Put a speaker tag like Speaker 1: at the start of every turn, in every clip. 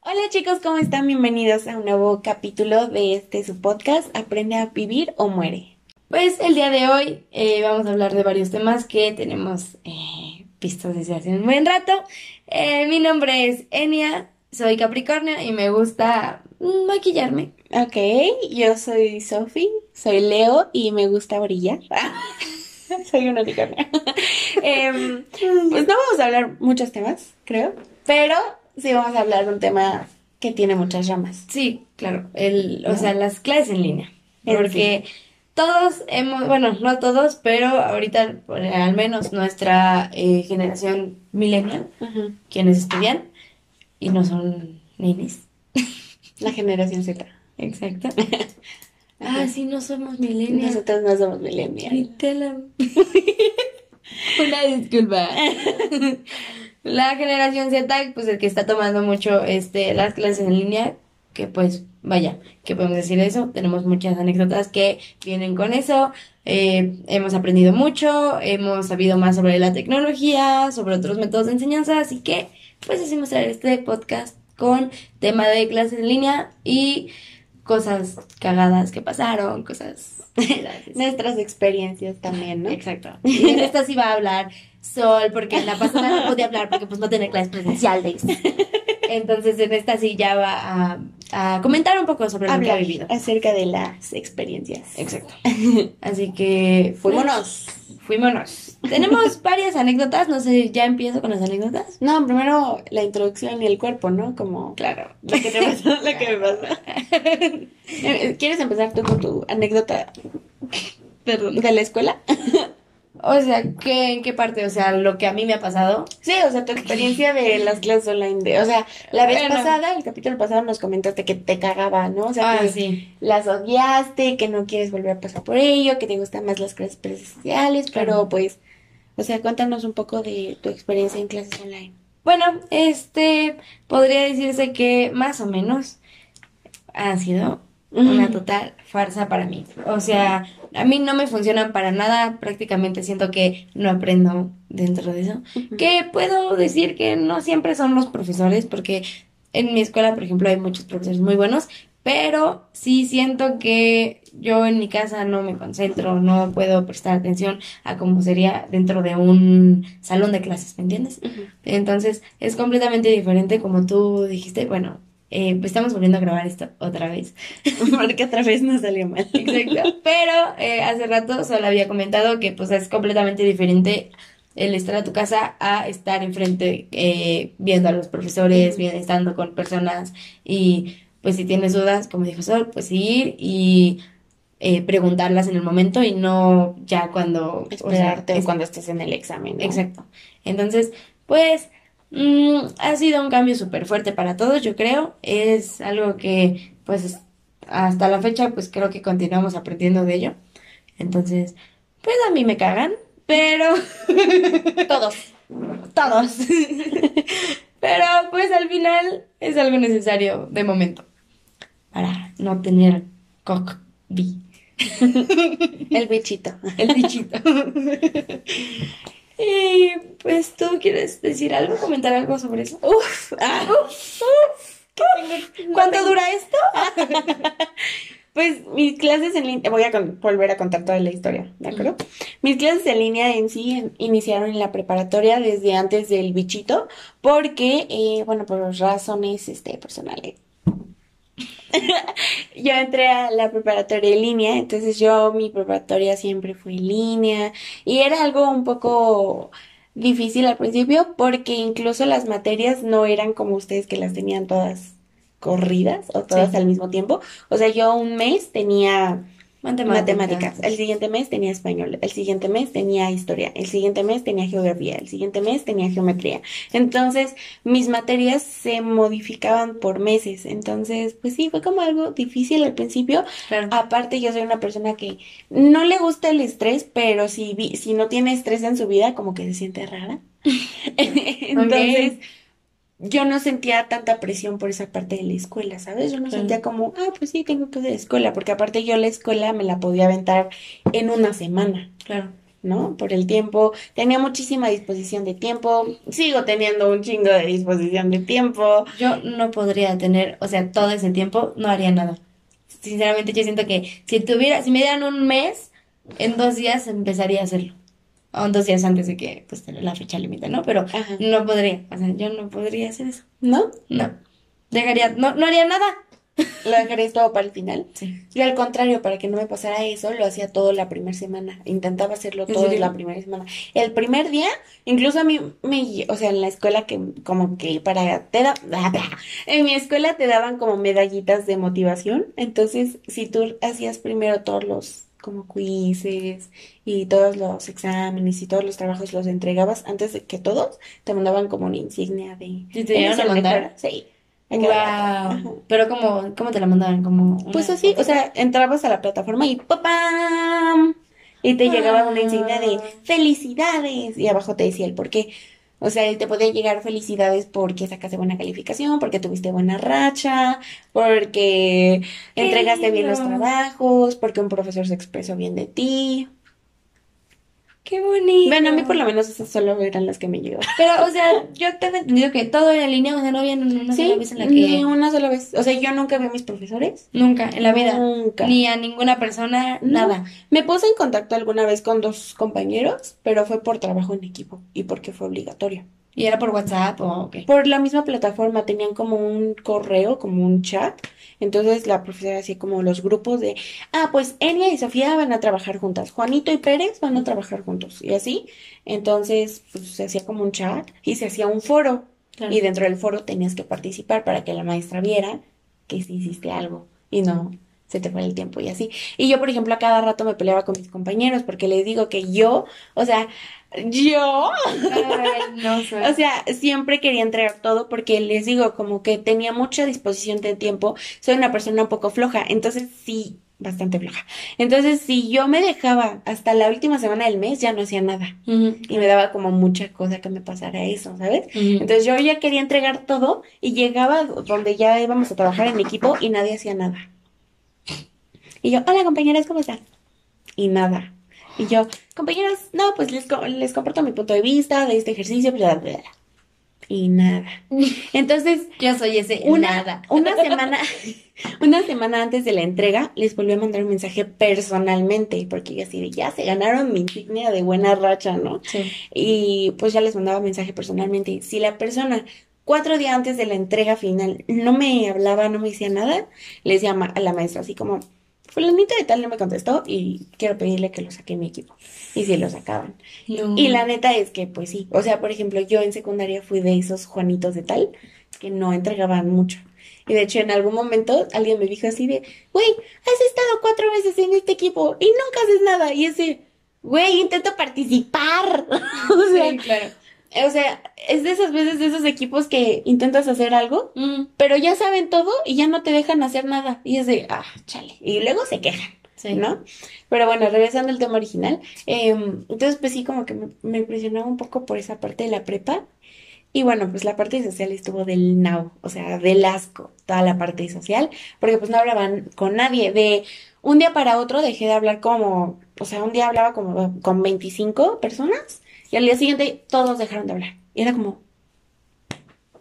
Speaker 1: Hola chicos, ¿cómo están? Bienvenidos a un nuevo capítulo de este su podcast, Aprende a vivir o muere.
Speaker 2: Pues el día de hoy eh, vamos a hablar de varios temas que tenemos eh, vistos desde hace un buen rato. Eh, mi nombre es Enia, soy Capricornio y me gusta mm, maquillarme.
Speaker 1: Ok, yo soy Sophie, soy Leo y me gusta brillar. soy un unicornio. Em, pues no vamos a hablar muchos temas, creo, pero sí vamos a hablar de un tema que tiene muchas ramas.
Speaker 2: Sí, claro, el, o sea, las clases en línea.
Speaker 1: En
Speaker 2: Porque todos hemos, bueno, no todos, pero ahorita por- al menos nuestra eh, generación millennial, quienes estudian y no son ninis.
Speaker 1: La generación Z.
Speaker 2: Exacto.
Speaker 1: Ajá.
Speaker 2: ah, sí, no somos millennials.
Speaker 1: Nosotros no somos millennials.
Speaker 2: Vitela. Una disculpa. La generación Z, pues el que está tomando mucho este, las clases en línea, que pues vaya, que podemos decir eso. Tenemos muchas anécdotas que vienen con eso. Eh, hemos aprendido mucho, hemos sabido más sobre la tecnología, sobre otros métodos de enseñanza, así que pues decidimos traer este podcast con tema de clases en línea y cosas cagadas que pasaron, cosas...
Speaker 1: Nuestras experiencias también, ¿no?
Speaker 2: Exacto. Y en esta sí va a hablar Sol, porque en la pasada no podía hablar porque pues no tenía clases presenciales. Entonces en esta sí ya va a, a comentar un poco sobre lo que ha
Speaker 1: Hablar
Speaker 2: vivido.
Speaker 1: acerca de las experiencias.
Speaker 2: Exacto. Así que
Speaker 1: Fuémonos.
Speaker 2: Fuímonos. Tenemos varias anécdotas, no sé, ya empiezo con las anécdotas.
Speaker 1: No, primero la introducción y el cuerpo, ¿no? Como
Speaker 2: Claro.
Speaker 1: lo que te pasó, lo que me pasó. Eh, ¿Quieres empezar tú con tu anécdota
Speaker 2: Perdón.
Speaker 1: de la escuela?
Speaker 2: O sea, ¿qué, ¿en qué parte? O sea, lo que a mí me ha pasado.
Speaker 1: Sí, o sea, tu experiencia de las clases online. De, o sea, la vez
Speaker 2: Bueno.
Speaker 1: pasada, el capítulo pasado, nos comentaste que te cagaba, ¿no? O sea, que
Speaker 2: sí.
Speaker 1: las odiaste, que no quieres volver a pasar por ello, que te gustan más las clases presenciales, pero
Speaker 2: Claro.
Speaker 1: pues, o sea, cuéntanos un poco de tu experiencia en clases online.
Speaker 2: Bueno, este podría decirse que más o menos ha sido una total farsa para mí. O sea, a mí no me funcionan para nada, prácticamente siento que no aprendo dentro de eso.
Speaker 1: Ujú.
Speaker 2: Que puedo decir que no siempre son los profesores, porque en mi escuela, por ejemplo, hay muchos profesores muy buenos, pero sí siento que yo en mi casa no me concentro, no puedo prestar atención a cómo sería dentro de un salón de clases, ¿me entiendes?
Speaker 1: Ujú.
Speaker 2: Entonces es completamente diferente como tú dijiste. Bueno, eh, pues estamos volviendo a grabar esto otra vez.
Speaker 1: Porque otra vez no salió mal.
Speaker 2: Exacto. Pero eh, hace rato solo había comentado que pues es completamente diferente el estar a tu casa a estar enfrente eh, viendo a los profesores,
Speaker 1: Ujú.
Speaker 2: bien, estando con personas y pues si tienes dudas, como dijo Sol, pues ir y eh, preguntarlas en el momento y no ya cuando o sea,
Speaker 1: Esperarte o
Speaker 2: es-
Speaker 1: cuando estés en el examen, ¿no?
Speaker 2: Exacto. Entonces, pues mm, ha sido un cambio súper fuerte para todos, yo creo. Es algo que, pues, hasta la fecha, pues creo que continuamos aprendiendo de ello. Entonces, pues a mí me cagan, pero
Speaker 1: Todos.
Speaker 2: todos. pero pues al final es algo necesario de momento para no tener cock B.
Speaker 1: El bichito.
Speaker 2: El bichito. y pues tú quieres decir algo, comentar algo sobre eso.
Speaker 1: Uf.
Speaker 2: ah. ¿Cuánto dura esto?
Speaker 1: Pues mis clases en línea, voy a con- volver a contar toda la historia, ¿de acuerdo? Mis clases en línea en sí en- iniciaron en la preparatoria desde antes del bichito, porque, eh, bueno, por razones este, personales. yo entré a la preparatoria en línea, entonces yo mi preparatoria siempre fue en línea y era algo un poco difícil al principio porque incluso las materias no eran como ustedes que las tenían todas corridas o todas
Speaker 2: Sí.
Speaker 1: al mismo tiempo. O sea, yo un mes tenía
Speaker 2: Matemáticas.
Speaker 1: matemáticas, el siguiente mes tenía español, el siguiente mes tenía historia, el siguiente mes tenía geografía, el siguiente mes tenía geometría. Entonces, mis materias se modificaban por meses. Entonces, pues sí, fue como algo difícil al principio.
Speaker 2: Claro.
Speaker 1: Aparte, yo soy una persona que no le gusta el estrés, pero si, vi- si no tiene estrés en su vida, como que se siente rara. Entonces, yo no sentía tanta presión por esa parte de la escuela, ¿sabes? Yo no
Speaker 2: Claro.
Speaker 1: sentía como, ah, pues sí, tengo que ir a la escuela, porque aparte yo la escuela me la podía aventar en una semana.
Speaker 2: Claro.
Speaker 1: ¿no? Por el tiempo. Tenía muchísima disposición de tiempo. Sigo teniendo un chingo de disposición de tiempo.
Speaker 2: Yo no podría tener, o sea, todo ese tiempo no haría nada. Sinceramente, yo siento que si tuviera, si me dieran un mes, en dos días empezaría a hacerlo. O en dos días antes de que, pues, tener la fecha límite, ¿no? Pero
Speaker 1: Ajá.
Speaker 2: no podría, o sea, yo no podría hacer eso.
Speaker 1: ¿No?
Speaker 2: No. Dejaría, no, no haría nada.
Speaker 1: Lo dejaré todo para el final.
Speaker 2: Sí.
Speaker 1: Yo al contrario, para que no me pasara eso, lo hacía todo la primera semana. Intentaba hacerlo
Speaker 2: ¿En
Speaker 1: todo
Speaker 2: serio?
Speaker 1: la primera semana. El primer día, incluso a mí me, o sea, en la escuela que como que para te da, en mi escuela te daban como medallitas de motivación. Entonces, si tú hacías primero todos los como quizzes y todos los exámenes y todos los trabajos los entregabas antes de que todos, te mandaban como una insignia de
Speaker 2: ¿Y te llegaron
Speaker 1: "Eres
Speaker 2: a
Speaker 1: el
Speaker 2: mandar?
Speaker 1: mejor". Sí. a cada rato. Ajá.
Speaker 2: Wow. Pero como, ¿cómo te la mandaban? Como una
Speaker 1: Pues así, o
Speaker 2: foto?
Speaker 1: sea, entrabas a la plataforma y ¡papam! Y te llegaba una insignia de
Speaker 2: Ah.
Speaker 1: ¡felicidades! Y abajo te decía el por qué. O sea, y te podía llegar felicidades porque sacaste buena calificación, porque tuviste buena racha, porque
Speaker 2: ¡Qué
Speaker 1: entregaste bien los
Speaker 2: lindo!
Speaker 1: trabajos, porque un profesor se expresó bien de ti.
Speaker 2: ¡Qué bonito!
Speaker 1: Bueno, a mí por lo menos esas solo eran las que me llegaban.
Speaker 2: Pero, o sea, yo tengo entendido que todo era en línea, o sea, no había ni una sola
Speaker 1: Sí,
Speaker 2: vez en la
Speaker 1: ni
Speaker 2: que...
Speaker 1: una sola vez. O sea, yo nunca vi a mis profesores.
Speaker 2: Nunca, en la vida.
Speaker 1: Nunca.
Speaker 2: Ni a ninguna persona,
Speaker 1: No,
Speaker 2: nada.
Speaker 1: me puse en contacto alguna vez con dos compañeros, pero fue por trabajo en equipo y porque fue obligatorio.
Speaker 2: Y era por WhatsApp o qué.
Speaker 1: Por la misma plataforma tenían como un correo, como un chat. Entonces la profesora hacía como los grupos de, ah, pues Enia y Sofía van a trabajar juntas, Juanito y Pérez van a trabajar juntos y así. Entonces pues, se hacía como un chat y se hacía un foro
Speaker 2: Claro.
Speaker 1: y dentro del foro tenías que participar para que la maestra viera que sí hiciste algo y no se te fue el tiempo y así. Y yo, por ejemplo, a cada rato me peleaba con mis compañeros porque les digo que yo, o sea, yo
Speaker 2: Ay, no
Speaker 1: o
Speaker 2: sé.
Speaker 1: sea, siempre quería entregar todo porque les digo, como que tenía mucha disposición de tiempo. Soy una persona un poco floja, entonces sí, bastante floja. Entonces, si yo me dejaba hasta la última semana del mes, ya no hacía nada.
Speaker 2: Ujú,
Speaker 1: Y me daba como mucha cosa que me pasara eso, ¿sabes?
Speaker 2: ujú.
Speaker 1: Entonces yo ya quería entregar todo y llegaba donde ya íbamos a trabajar en equipo y nadie hacía nada. Y yo, hola compañeras, ¿cómo están? y nada. Y yo, compañeros, no, pues les, co- les comparto mi punto de vista de este ejercicio, bla, bla, bla. Y nada. Entonces,
Speaker 2: Yo soy ese
Speaker 1: una,
Speaker 2: nada.
Speaker 1: una semana, una semana antes de la entrega, les volví a mandar un mensaje personalmente, porque yo así de, ya se ganaron mi insignia de buena racha, ¿no?
Speaker 2: Sí.
Speaker 1: Y pues ya les mandaba mensaje personalmente. Si la persona cuatro días antes de la entrega final no me hablaba, no me decía nada, les llama a la maestra así como, fulanito de tal no me contestó y quiero pedirle que lo saque mi equipo. Y si lo sacaban. Y la
Speaker 2: No.
Speaker 1: neta es que pues sí. O sea, por ejemplo, yo en secundaria fui de esos Juanitos de tal que no entregaban mucho. Y de hecho en algún momento alguien me dijo así de, güey, has estado cuatro veces en este equipo y nunca haces nada. Y ese, güey, intento participar. o sea,
Speaker 2: Sí, claro.
Speaker 1: o sea, es de esas veces de esos equipos que intentas hacer algo,
Speaker 2: Mm,
Speaker 1: pero ya saben todo y ya no te dejan hacer nada. Y es de, ah, chale. Y luego se quejan,
Speaker 2: Sí.
Speaker 1: ¿no? Pero bueno, regresando al tema original. eh, entonces, pues sí, como que me, me impresionaba un poco por esa parte de la prepa. Y bueno, pues la parte social estuvo del nabo, o sea, del asco, toda la parte social, porque pues no hablaban con nadie. De un día para otro dejé de hablar como, o sea, un día hablaba como con 25 personas y al día siguiente todos dejaron de hablar. Y era como,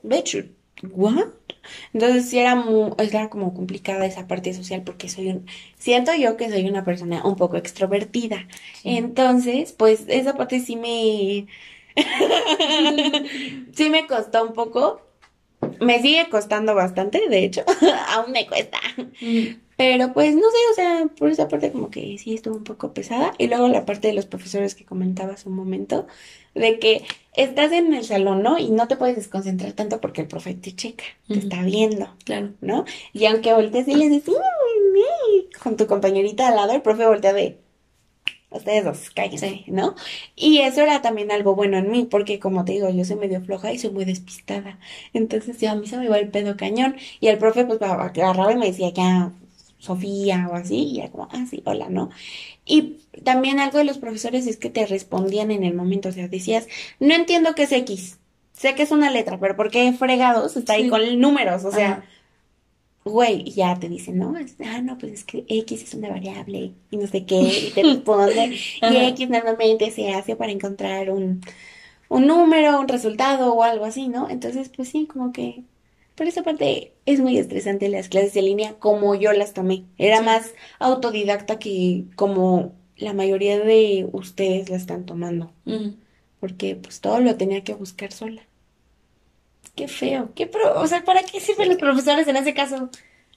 Speaker 1: bitch, what? Entonces sí era, mu- era como complicada esa parte social porque soy un, siento yo que soy una persona un poco extrovertida.
Speaker 2: Sí.
Speaker 1: Entonces, pues esa parte sí me, sí me costó un poco. Me sigue costando bastante, de hecho, aún me cuesta.
Speaker 2: Mm,
Speaker 1: Pero pues no sé, o sea, por esa parte como que sí estuvo un poco pesada. Y luego la parte de los profesores que comentabas un momento, de que estás en el salón, ¿no? Y no te puedes desconcentrar tanto porque el profe te checa, te
Speaker 2: ujú.
Speaker 1: está viendo,
Speaker 2: Claro.
Speaker 1: ¿no? Y aunque voltees y les decís, "Mm, mm", con tu compañerita al lado, el profe voltea de... Ustedes dos, cállense,
Speaker 2: Sí.
Speaker 1: ¿no? Y eso era también algo bueno en mí, porque como te digo, yo soy medio floja y soy muy despistada. Entonces, ya a mí se me va el pedo cañón. Y el profe, pues, agarraba y me decía, ya, Sofía o así, y era como, ah, sí, hola, ¿no? Y también algo de los profesores es que te respondían en el momento, o sea, decías, no entiendo qué es X, sé que es una letra, pero ¿por qué fregados está ahí
Speaker 2: Sí.
Speaker 1: con números? O sea,
Speaker 2: Ajá.
Speaker 1: Güey, y ya te dicen, ¿no? Es- Ah, no, pues es que X es una variable y no sé qué, y te responde. Y
Speaker 2: Ajá.
Speaker 1: X normalmente se hace para encontrar un, un número, un resultado o algo así, ¿no? Entonces, pues sí, como que... Por esa parte es muy estresante las clases en línea como yo las tomé. Era
Speaker 2: Sí.
Speaker 1: más autodidacta que como la mayoría de ustedes la están tomando,
Speaker 2: Ujú.
Speaker 1: porque pues todo lo tenía que buscar sola. Qué feo, qué pro, o sea, ¿para qué sirven los profesores en ese caso?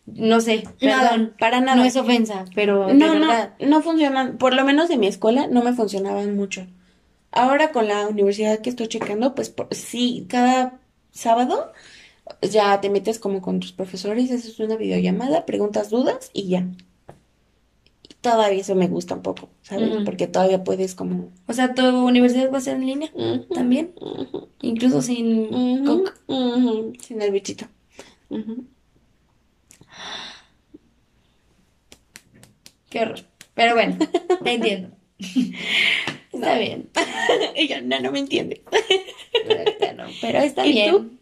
Speaker 2: No sé,
Speaker 1: Nada,
Speaker 2: perdón,
Speaker 1: para
Speaker 2: no es
Speaker 1: nada.
Speaker 2: ofensa, pero de
Speaker 1: No, no,
Speaker 2: verdad.
Speaker 1: no funcionan. Por lo menos en mi escuela no me funcionaban mucho. Ahora con la universidad que estoy checando, pues por- sí, cada sábado ya te metes como con tus profesores, haces una videollamada, preguntas dudas y ya. Y todavía eso me gusta un poco, ¿sabes?
Speaker 2: Ujú.
Speaker 1: Porque todavía puedes como...
Speaker 2: O sea, ¿tu universidad va a ser en línea
Speaker 1: ujú,
Speaker 2: también?
Speaker 1: ujú,
Speaker 2: Incluso sin
Speaker 1: ujú,
Speaker 2: coca.
Speaker 1: ujú, Sin el bichito. Ujú.
Speaker 2: Qué horror. Pero bueno, te entiendo. Está
Speaker 1: No.
Speaker 2: bien.
Speaker 1: Ella no, no me entiende.
Speaker 2: La neta no, pero está
Speaker 1: ¿Y tú?
Speaker 2: bien.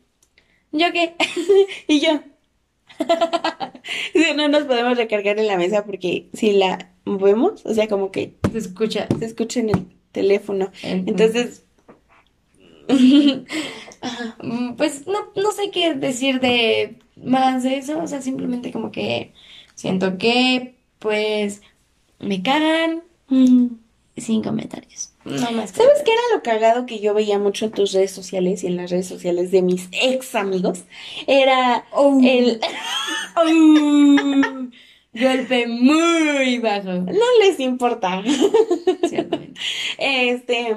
Speaker 2: ¿Yo qué?
Speaker 1: ¿Y yo? Sí, No nos podemos recargar en la mesa porque si la movemos, o sea, como que
Speaker 2: Se escucha
Speaker 1: se escucha en el teléfono.
Speaker 2: el fondo.
Speaker 1: Entonces, ajá.
Speaker 2: Mm, Pues no, no sé qué decir de más de eso, o sea, simplemente como que siento que, pues, me cagan
Speaker 1: Mm.
Speaker 2: sin comentarios. No
Speaker 1: ¿Sabes
Speaker 2: más
Speaker 1: qué
Speaker 2: comentarios.
Speaker 1: era lo cagado que yo veía mucho en tus redes sociales y en las redes sociales de mis ex amigos? Era
Speaker 2: ¡Oh!
Speaker 1: el...
Speaker 2: ¡Oh! Golpe muy bajo.
Speaker 1: No les importa.
Speaker 2: Ciertamente.
Speaker 1: Este,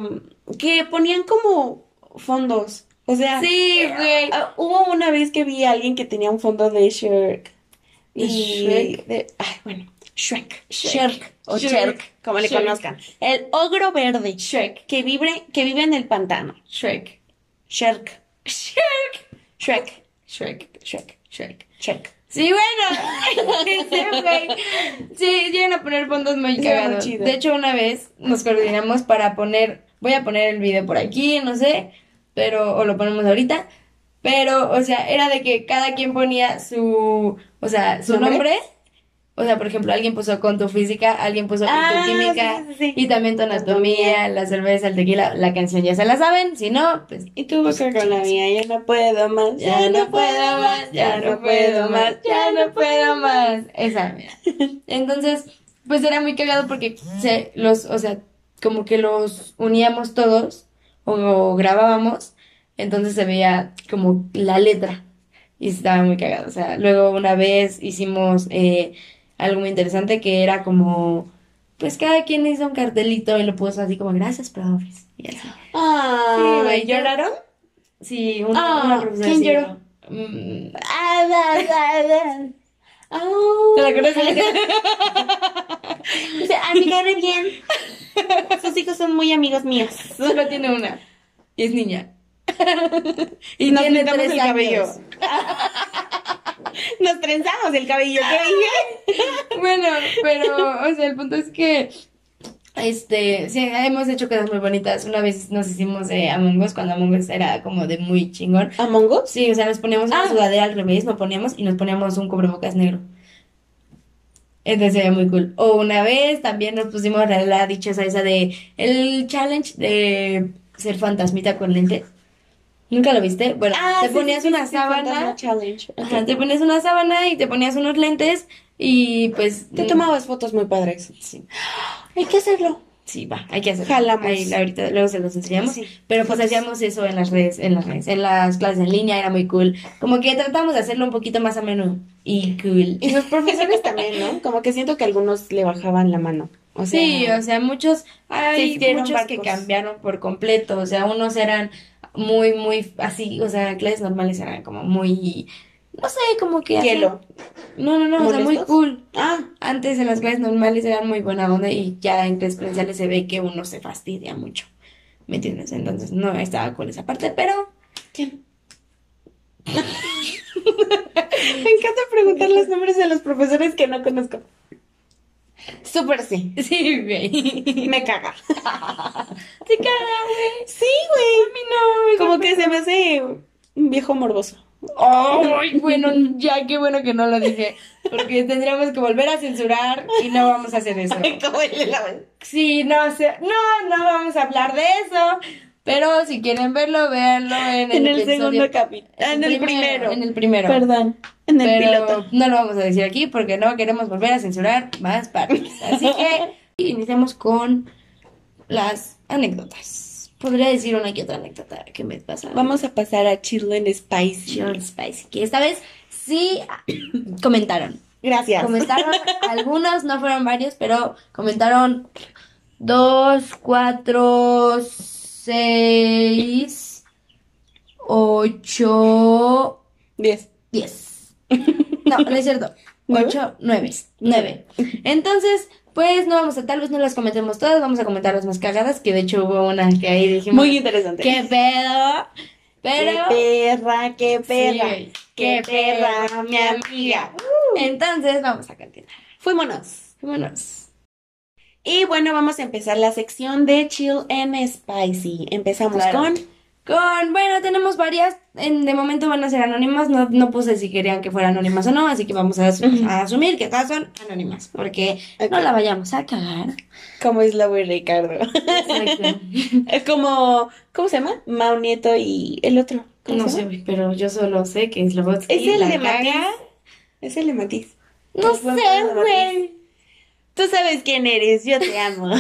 Speaker 1: que ponían como fondos. O sea,
Speaker 2: Sí,
Speaker 1: eh,
Speaker 2: güey.
Speaker 1: ah, hubo una vez que vi a alguien que tenía un fondo de Shrek.
Speaker 2: De
Speaker 1: Y
Speaker 2: Shrek.
Speaker 1: de, ay, bueno, Shrek,
Speaker 2: Shrek.
Speaker 1: Shrek o Cherk,
Speaker 2: Shrek.
Speaker 1: como le
Speaker 2: Shrek.
Speaker 1: conozcan. El ogro verde
Speaker 2: Shrek.
Speaker 1: que vive, que vive en el pantano.
Speaker 2: Shrek.
Speaker 1: Shrek,
Speaker 2: Shrek.
Speaker 1: Shrek,
Speaker 2: Shrek.
Speaker 1: Shrek,
Speaker 2: Shrek.
Speaker 1: Shrek.
Speaker 2: Sí, bueno, ese güey. Sí, llegan a poner fondos muy
Speaker 1: Eso era muy
Speaker 2: cagados. De
Speaker 1: chido.
Speaker 2: hecho, una vez nos coordinamos para poner, voy a poner el video por aquí, no sé, pero, o lo ponemos ahorita, pero, o sea, era de que cada quien ponía su, o sea, su
Speaker 1: ¿Nombre?
Speaker 2: nombre, o sea, por ejemplo, alguien puso con tu física, alguien puso con tu
Speaker 1: Ah, sí,
Speaker 2: química,
Speaker 1: sí, sí, sí.
Speaker 2: y también tu
Speaker 1: Anatomía.
Speaker 2: anatomía, la cerveza, el tequila, la canción ya se la saben, si no, pues,
Speaker 1: Y tuvo
Speaker 2: pues,
Speaker 1: que con la
Speaker 2: chingas.
Speaker 1: mía, ya no puedo más,
Speaker 2: Ya
Speaker 1: ya
Speaker 2: no
Speaker 1: no
Speaker 2: puedo
Speaker 1: puedo
Speaker 2: más,
Speaker 1: más,
Speaker 2: ya
Speaker 1: ya
Speaker 2: no
Speaker 1: no
Speaker 2: puedo
Speaker 1: puedo
Speaker 2: más,
Speaker 1: más,
Speaker 2: ya
Speaker 1: ya
Speaker 2: no
Speaker 1: no
Speaker 2: puedo
Speaker 1: puedo más.
Speaker 2: más. Esa, mira. Entonces, pues era muy cagado porque se los, o sea, como que los uníamos todos o, o grabábamos, entonces se veía como la letra y estaba muy cagado. O sea, luego una vez hicimos eh, algo muy interesante que era como, pues cada quien hizo un cartelito y lo puso así como, gracias, profes. Y así. Sí,
Speaker 1: Ay,
Speaker 2: güey, yo,
Speaker 1: ¿lloraron?
Speaker 2: sí, una, una
Speaker 1: Ah,
Speaker 2: profesora
Speaker 1: ¿quién
Speaker 2: sí
Speaker 1: lloró?
Speaker 2: lloró. Mm,
Speaker 1: Ah, da, da, da.
Speaker 2: ¿Te la
Speaker 1: Ay,
Speaker 2: acuerdas de la cara?
Speaker 1: Dice, "Ah, me cae re bien. Sus hijos son muy amigos míos.
Speaker 2: Solo tiene una. Y es niña. Y
Speaker 1: Nos
Speaker 2: tiene
Speaker 1: pintamos
Speaker 2: tres
Speaker 1: el
Speaker 2: años.
Speaker 1: cabello. Nos trenzamos el cabello, ¿qué dije?
Speaker 2: Bueno, pero, o sea, el punto es que, este, sí, hemos hecho cosas muy bonitas. Una vez nos hicimos eh, Among Us, cuando Among Us era como de muy chingón.
Speaker 1: ¿Among Us?
Speaker 2: Sí, o sea, nos poníamos una
Speaker 1: Ah,
Speaker 2: sudadera al revés, nos poníamos y nos poníamos un cubrebocas negro. Entonces sería muy cool. O una vez también nos pusimos la, la dichosa esa de el challenge de ser fantasmita con lentes. ¿Nunca lo viste? Bueno,
Speaker 1: ah,
Speaker 2: te
Speaker 1: sí, sí,
Speaker 2: ponías
Speaker 1: sí,
Speaker 2: una
Speaker 1: sí, sí, Fantasma
Speaker 2: sábana,
Speaker 1: Challenge. Ok.
Speaker 2: ajá, te ponías una sábana y te ponías unos lentes y pues
Speaker 1: Te
Speaker 2: mm,
Speaker 1: tomabas fotos muy padres.
Speaker 2: sí,
Speaker 1: Hay que hacerlo.
Speaker 2: sí, va, hay que hacerlo. Ahí
Speaker 1: Jalamos.
Speaker 2: ahorita luego se los enseñamos,
Speaker 1: Sí,
Speaker 2: pero pues
Speaker 1: fotos.
Speaker 2: hacíamos eso en las redes, en las redes, en las clases en línea era muy cool. Como que tratamos de hacerlo un poquito más ameno y cool.
Speaker 1: Y los profesores también, ¿no? Como que siento que algunos le bajaban la mano. O
Speaker 2: Sí,
Speaker 1: sea,
Speaker 2: o sea, muchos,
Speaker 1: se
Speaker 2: hay
Speaker 1: hicieron
Speaker 2: muchos que
Speaker 1: barcos.
Speaker 2: cambiaron por completo, o sea, unos eran muy, muy así, o sea, clases normales eran como muy, no sé, como que hacían,
Speaker 1: Hielo.
Speaker 2: no, no, no, o sea, muy
Speaker 1: ¿Molestos?
Speaker 2: cool.
Speaker 1: Ah,
Speaker 2: Antes en las clases normales eran muy buena onda y ya en clases presenciales se ve que uno se fastidia mucho, ¿me entiendes? Entonces no estaba cool esa parte, pero
Speaker 1: ¿quién? Me encanta preguntar los nombres de los profesores que no conozco. Súper sí.
Speaker 2: sí, güey.
Speaker 1: Me caga.
Speaker 2: Te caga, güey.
Speaker 1: Sí, güey.
Speaker 2: A mí no, es
Speaker 1: Como que se
Speaker 2: horrible.
Speaker 1: me hace un viejo morboso.
Speaker 2: Ay, bueno, ya qué bueno que no lo dije, porque tendríamos que volver a censurar y no vamos a hacer eso.
Speaker 1: ¿Cómo le la-
Speaker 2: Sí, no sé, no, no vamos a hablar de eso, pero si quieren verlo, véanlo en el,
Speaker 1: En el
Speaker 2: episodio-
Speaker 1: segundo capítulo. En el primero.
Speaker 2: En el primero.
Speaker 1: Perdón. En el
Speaker 2: pero
Speaker 1: piloto.
Speaker 2: no lo vamos a decir aquí porque no queremos volver a censurar más partes. Así que iniciamos con las anécdotas. Podría decir una que otra anécdota que me pasa.
Speaker 1: Vamos a pasar a Children Spicy.
Speaker 2: Children's Spice, que esta vez sí comentaron.
Speaker 1: Gracias.
Speaker 2: Comentaron algunos, no fueron varios, pero comentaron dos, cuatro, seis, ocho,
Speaker 1: Diez.
Speaker 2: 10. No, no es cierto.
Speaker 1: ¿Nueve?
Speaker 2: 8, 9. 9. Entonces, pues no vamos a, tal vez no las comentemos todas, vamos a comentar las más cagadas, que de hecho hubo una que ahí dijimos,
Speaker 1: Muy interesante.
Speaker 2: qué pedo, pero...
Speaker 1: Qué perra, qué perra.
Speaker 2: Sí,
Speaker 1: qué
Speaker 2: qué
Speaker 1: perra,
Speaker 2: perra,
Speaker 1: mi amiga.
Speaker 2: Entonces, vamos a continuar.
Speaker 1: Fuímonos.
Speaker 2: Vámonos.
Speaker 1: Y bueno, vamos a empezar la sección de Chill and Spicy. Empezamos
Speaker 2: Claro.
Speaker 1: con.
Speaker 2: Con, bueno, tenemos varias, en, de momento van a ser anónimas, no, no puse si querían que fueran anónimas o no, así que vamos a, asu- a asumir que todas son anónimas, porque no
Speaker 1: Ok.
Speaker 2: la vayamos a cagar.
Speaker 1: ¿Cómo es Slobo y Ricardo?
Speaker 2: Exacto.
Speaker 1: Es como. ¿Cómo se llama? Mau Nieto y el otro. ¿Cómo
Speaker 2: No
Speaker 1: se
Speaker 2: sé,
Speaker 1: llama?
Speaker 2: güey, pero yo solo sé que Slobotsky
Speaker 1: Es el
Speaker 2: la
Speaker 1: de
Speaker 2: caga.
Speaker 1: Matiz. Es el de Matiz.
Speaker 2: No
Speaker 1: Es buen pedo
Speaker 2: sé,
Speaker 1: de Matiz.
Speaker 2: güey.
Speaker 1: Tú sabes quién eres, yo te amo.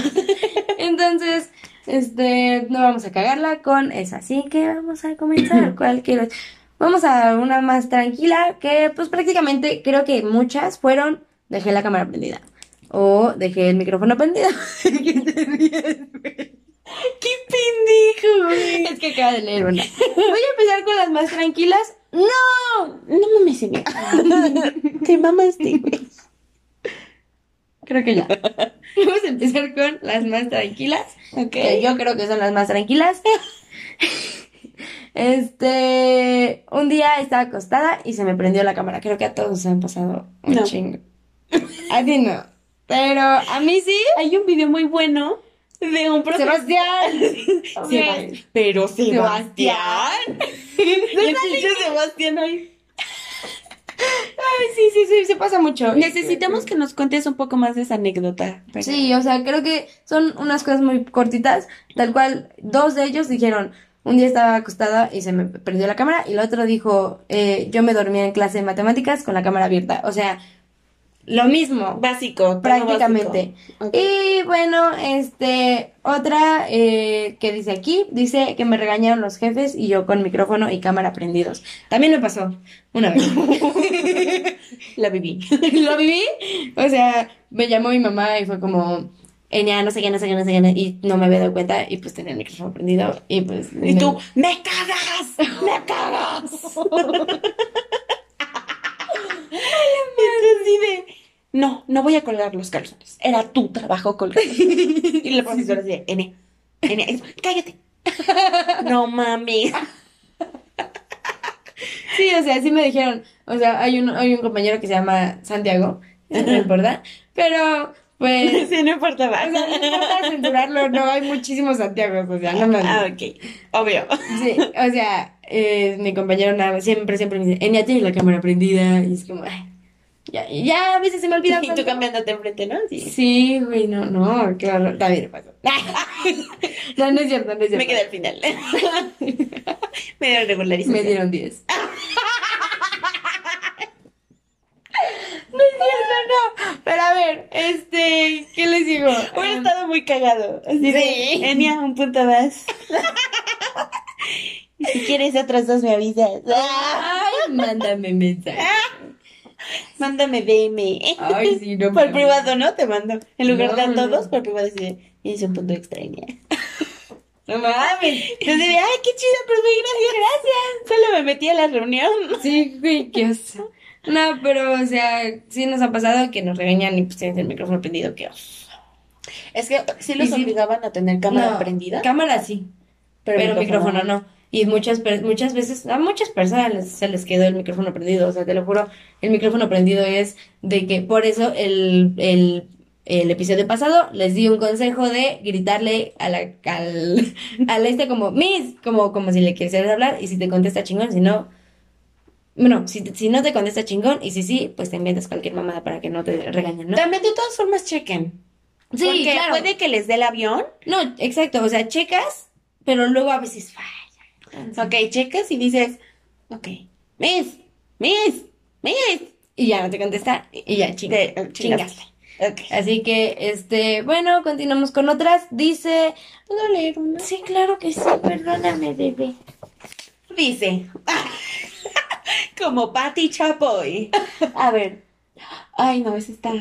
Speaker 2: Entonces, este, no vamos a cagarla con esa, así que vamos a comenzar. ¿Cuál quieres? Vamos a una más tranquila, que pues prácticamente creo que muchas fueron dejé la cámara prendida o dejé el micrófono prendido. ¿Qué te ríes, güey?
Speaker 1: ¡Qué pendejo, güey!
Speaker 2: es que acaba de leer una. Voy a empezar con las más tranquilas. ¡No!
Speaker 1: No mames, amiga. Te mamaste, güey.
Speaker 2: Creo que ya. Vamos a empezar con las más tranquilas.
Speaker 1: Ok.
Speaker 2: que yo creo que son las más tranquilas. Este, un día estaba acostada y se me prendió la cámara. Creo que a todos se han pasado un
Speaker 1: No.
Speaker 2: chingo. A ti no, pero a mí sí.
Speaker 1: Hay un video muy bueno de un profesor.
Speaker 2: Sebastián.
Speaker 1: Sebas- Pero Sebastián. Y el pinche Sebastián ahí.
Speaker 2: Ay, sí, sí, sí, se pasa mucho.
Speaker 1: Necesitamos que nos cuentes un poco más de esa anécdota. Pero-
Speaker 2: Sí, o sea, creo que son unas cosas muy cortitas, tal cual dos de ellos dijeron, un día estaba acostada y se me perdió la cámara, y el otro dijo, eh, yo me dormía en clase de matemáticas con la cámara abierta, o sea, lo mismo,
Speaker 1: Básico, todo
Speaker 2: prácticamente.
Speaker 1: pues básico. Ok.
Speaker 2: Y bueno, este, otra eh, que dice aquí, dice que me regañaron los jefes y yo con micrófono y cámara prendidos. También me pasó una vez.
Speaker 1: La viví.
Speaker 2: lo viví. O sea, me llamó mi mamá y fue como, Enya, no sé qué, no sé qué, no sé qué, no- y no me había dado cuenta, y pues tenía el micrófono prendido, y pues...
Speaker 1: Y
Speaker 2: me-
Speaker 1: tú, ¡me cagas! ¡Me cagas! Entonces dime, no, no voy a colgar los calzones. Era tu trabajo colgarlos. Y la profesora así de, N, N, es- cállate. No mami.
Speaker 2: Sí, o sea, sí me dijeron, o sea, hay un, hay un compañero que se llama Santiago, no me importa, pero pues...
Speaker 1: Sí, no importa
Speaker 2: O sea, no importa censurarlo, no, hay muchísimos Santiagos, o sea, no mames.
Speaker 1: Ah, ok. Obvio.
Speaker 2: Sí, o sea, eh, mi compañero nada más, siempre, siempre me dice, Enya, tienes la cámara prendida, y es como, ay, ya, ya, a veces se me olvida.
Speaker 1: Y tú
Speaker 2: cuando-
Speaker 1: cambiándote enfrente, ¿no? Sí.
Speaker 2: Sí, güey, no, no, claro, también me pasó. No, no es cierto, no es cierto.
Speaker 1: Me quedé al final. Me dieron regularización.
Speaker 2: Me dieron 10. No es cierto, no. Pero a ver, este, ¿qué les digo?
Speaker 1: Hubiera
Speaker 2: Ah,
Speaker 1: estado muy cagado. Así
Speaker 2: Sí.
Speaker 1: de, Enia, un punto más. Y si quieres otros dos, me avisas. Ah,
Speaker 2: Ay, mándame mensaje.
Speaker 1: Mándame DM.
Speaker 2: Ay, sí, no.
Speaker 1: por
Speaker 2: mames.
Speaker 1: privado, ¿no? Te mando. En lugar de a
Speaker 2: No, no,
Speaker 1: todos,
Speaker 2: no.
Speaker 1: por privado, así de, es un punto extraña.
Speaker 2: No mames.
Speaker 1: Entonces, de, ay, qué chido, profe, gracias, gracias. Solo me metí a la reunión.
Speaker 2: Sí, güey, qué oso. No, pero, o sea, sí nos ha pasado que nos regañan y pues tienes el micrófono prendido, qué oso.
Speaker 1: Es que sí
Speaker 2: los
Speaker 1: los obligaban a tener cámara
Speaker 2: No,
Speaker 1: prendida,
Speaker 2: Cámara sí.
Speaker 1: pero,
Speaker 2: pero, micrófono, no. Y muchas, per- muchas veces, a muchas personas les- se les quedó el micrófono prendido, o sea, te lo juro, el micrófono prendido es de que por eso el, el, el episodio pasado les di un consejo de gritarle a la, al, al este como, Miss, como, como si le quisieras hablar, y si te contesta chingón, si no, Bueno, si, si no te contesta chingón y si sí, pues te inventas cualquier mamada para que no te regañen, ¿no?
Speaker 1: También de todas formas chequen.
Speaker 2: Sí,
Speaker 1: porque
Speaker 2: claro.
Speaker 1: puede que les dé el avión.
Speaker 2: No, exacto, o sea, checas, pero luego a veces falla.
Speaker 1: Ok, checas y dices, ok, Miss, Miss, Miss.
Speaker 2: Y ya no te contesta y ya chinga.
Speaker 1: Te eh, chingaste. Ok.
Speaker 2: Así que, este, bueno, continuamos con otras. Dice, ¿puedo leer una?
Speaker 1: Sí, claro que sí, perdóname, bebé. Dice, como Patty Chapoy. A ver. Ay, no, esa está.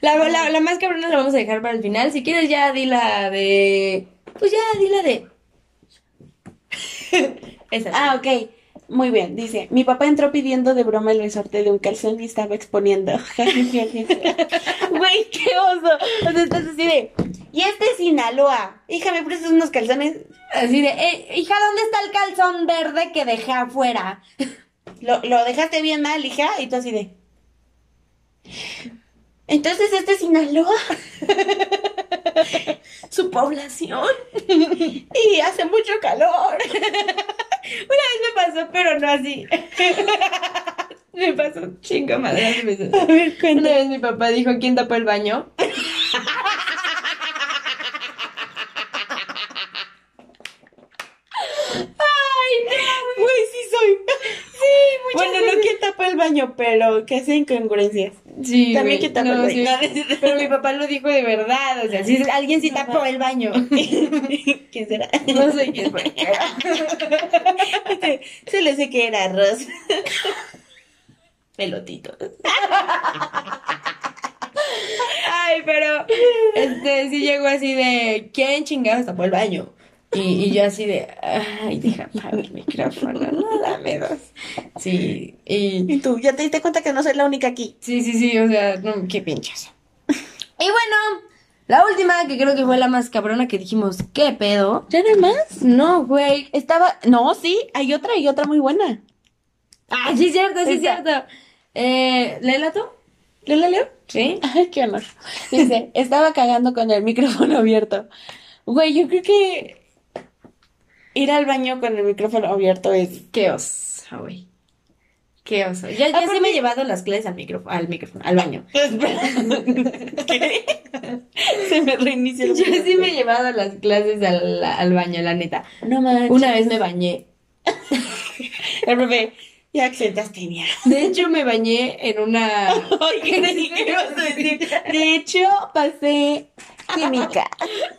Speaker 2: La, la, la más cabrona la vamos a dejar para el final. Si quieres ya di la de... Pues ya di la de... Esa.
Speaker 1: Ah, ok. Muy bien, dice, mi papá entró pidiendo de broma el resorte de un calzón y estaba exponiendo. Güey, qué oso. O sea, estás así de, y este es Sinaloa. Hija, ¿me prestas unos calzones?
Speaker 2: Así de, "Eh, hija, ¿dónde está el calzón verde que dejé afuera?
Speaker 1: Lo, lo dejaste bien mal, hija, y tú así de. Entonces, este es Sinaloa.
Speaker 2: Su población.
Speaker 1: Y hace mucho calor.
Speaker 2: Una vez me pasó, pero no así. me pasó chinga madre. así me pasó.
Speaker 1: A ver,
Speaker 2: Una
Speaker 1: cuéntame.
Speaker 2: vez mi papá dijo, ¿quién tapó el baño?
Speaker 1: Güey, sí soy.
Speaker 2: Sí,
Speaker 1: Bueno, no que tapa el baño, pero que hace incongruencias.
Speaker 2: Sí,
Speaker 1: También
Speaker 2: güey.
Speaker 1: que tapó el
Speaker 2: No,
Speaker 1: baño.
Speaker 2: sí. Pero mi papá lo dijo de verdad, o sea, sí, alguien sí tapó el baño.
Speaker 1: ¿Quién será?
Speaker 2: No sé quién fue.
Speaker 1: Este, Solo sé que era arroz.
Speaker 2: Pelotito. Ay, pero este sí llegó así de ¿quién chingados tapó el baño? Y, y yo así de ay, deja apagar el micrófono, no dame dos. Sí, y
Speaker 1: Y tú, ya te diste cuenta que no soy la única aquí.
Speaker 2: sí, sí, sí, o sea, no, qué pinchazo. Y bueno, la última que creo que fue la más cabrona que dijimos, ¿qué pedo?
Speaker 1: ¿Ya no hay más?
Speaker 2: No, güey.
Speaker 1: Estaba. No, sí, hay otra y otra muy buena.
Speaker 2: Ah, sí, es cierto, sí, es
Speaker 1: Esta.
Speaker 2: cierto. Eh, ¿Léela tú?
Speaker 1: ¿Yo la leo?
Speaker 2: Sí.
Speaker 1: Ay, qué honor. Dice, estaba cagando con el micrófono abierto. Güey, yo creo que ir al baño con el micrófono abierto es.
Speaker 2: Qué oso, güey. Qué oso. Ya, ya
Speaker 1: Aparte-
Speaker 2: sí me he llevado las clases al micrófono, al micrófono, al baño.
Speaker 1: ¿Qué? Se me reinicia
Speaker 2: Yo
Speaker 1: el
Speaker 2: sí me he llevado las clases al, al baño, la neta.
Speaker 1: No manches.
Speaker 2: Una vez me bañé.
Speaker 1: El bebé, ya que te tenía.
Speaker 2: De hecho, me bañé en una.
Speaker 1: Ay, qué peligroso decir. De hecho, pasé química.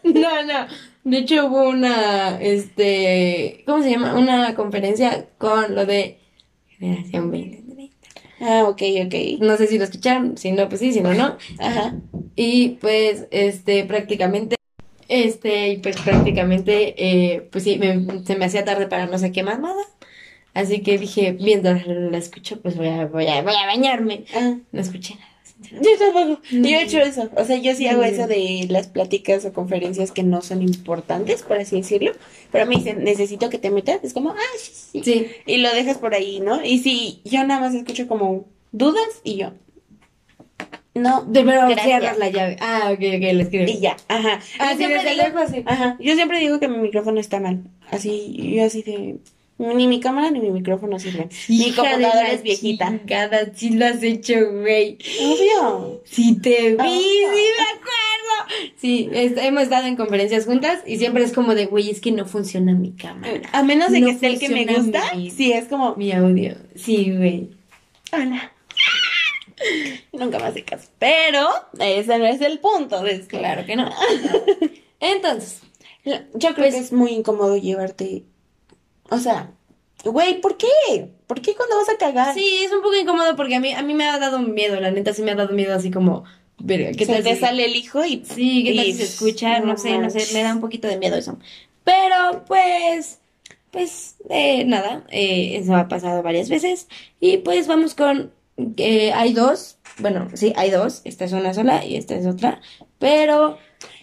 Speaker 2: No, no. De hecho, hubo una, este, ¿cómo se llama? Una conferencia con lo de Generación 20.
Speaker 1: Ah, ok, ok.
Speaker 2: No sé si lo escucharon, si no, pues sí, si no, no.
Speaker 1: Ajá.
Speaker 2: Y pues, este, prácticamente, este, y pues prácticamente, eh, pues sí, me- se me hacía tarde para no sé qué más nada. Así que dije, mientras la escucho, pues voy a, voy a, voy a bañarme.
Speaker 1: Ah,
Speaker 2: No escuché nada, sinceramente.
Speaker 1: yo tampoco. Yo he
Speaker 2: Mm.
Speaker 1: hecho eso. O sea, yo sí hago
Speaker 2: Mm.
Speaker 1: eso de las pláticas o conferencias que no son importantes, por así decirlo. Pero me dicen, necesito que te metas. Es como, ah, sí, sí.
Speaker 2: Sí,
Speaker 1: Y lo dejas por ahí, ¿no? Y si yo nada más escucho como dudas y yo. No.
Speaker 2: de pero
Speaker 1: Gracias.
Speaker 2: cierras la llave. Ah, ok, ok, le escribo.
Speaker 1: Y ya, ajá. Yo
Speaker 2: Ah, sí,
Speaker 1: siempre
Speaker 2: desde
Speaker 1: digo-
Speaker 2: lejos, sí.
Speaker 1: Ajá, yo siempre digo que mi micrófono está mal. Así, yo así de. Ni mi cámara ni mi micrófono sirven. mi
Speaker 2: Hija de
Speaker 1: computadora
Speaker 2: la
Speaker 1: es viejita.
Speaker 2: Chingada, sí lo has hecho, güey.
Speaker 1: Obvio.
Speaker 2: Sí te vi, sí me
Speaker 1: Ah.
Speaker 2: acuerdo. Sí, es- hemos estado en conferencias juntas y siempre es como de, güey, es que no funciona mi cámara,
Speaker 1: A menos de
Speaker 2: No
Speaker 1: que esté el que me
Speaker 2: funciona
Speaker 1: gusta,
Speaker 2: mi-
Speaker 1: sí es como.
Speaker 2: mi audio. Sí, güey.
Speaker 1: Hola. Nunca más de caso. Pero ese no es el punto de esto.
Speaker 2: Claro que no. Entonces,
Speaker 1: La- Yo creo
Speaker 2: Pues-
Speaker 1: que es muy incómodo llevarte. O sea, güey, ¿por qué? ¿Por qué cuando vas a cagar?
Speaker 2: sí, es un poco incómodo porque a mí, a mí me ha dado miedo, la neta sí me ha dado miedo así como, verga, ¿qué
Speaker 1: Se
Speaker 2: tal
Speaker 1: te
Speaker 2: si-
Speaker 1: sale el hijo y.
Speaker 2: Sí, ¿qué tal si
Speaker 1: y-
Speaker 2: se escucha? No sé, no sé,
Speaker 1: manches.
Speaker 2: me da un poquito de miedo eso. Pero pues, pues eh, nada, eh, eso ha pasado varias veces. Y pues vamos con, eh, hay dos, bueno, sí, hay dos, esta es una sola y esta es otra, pero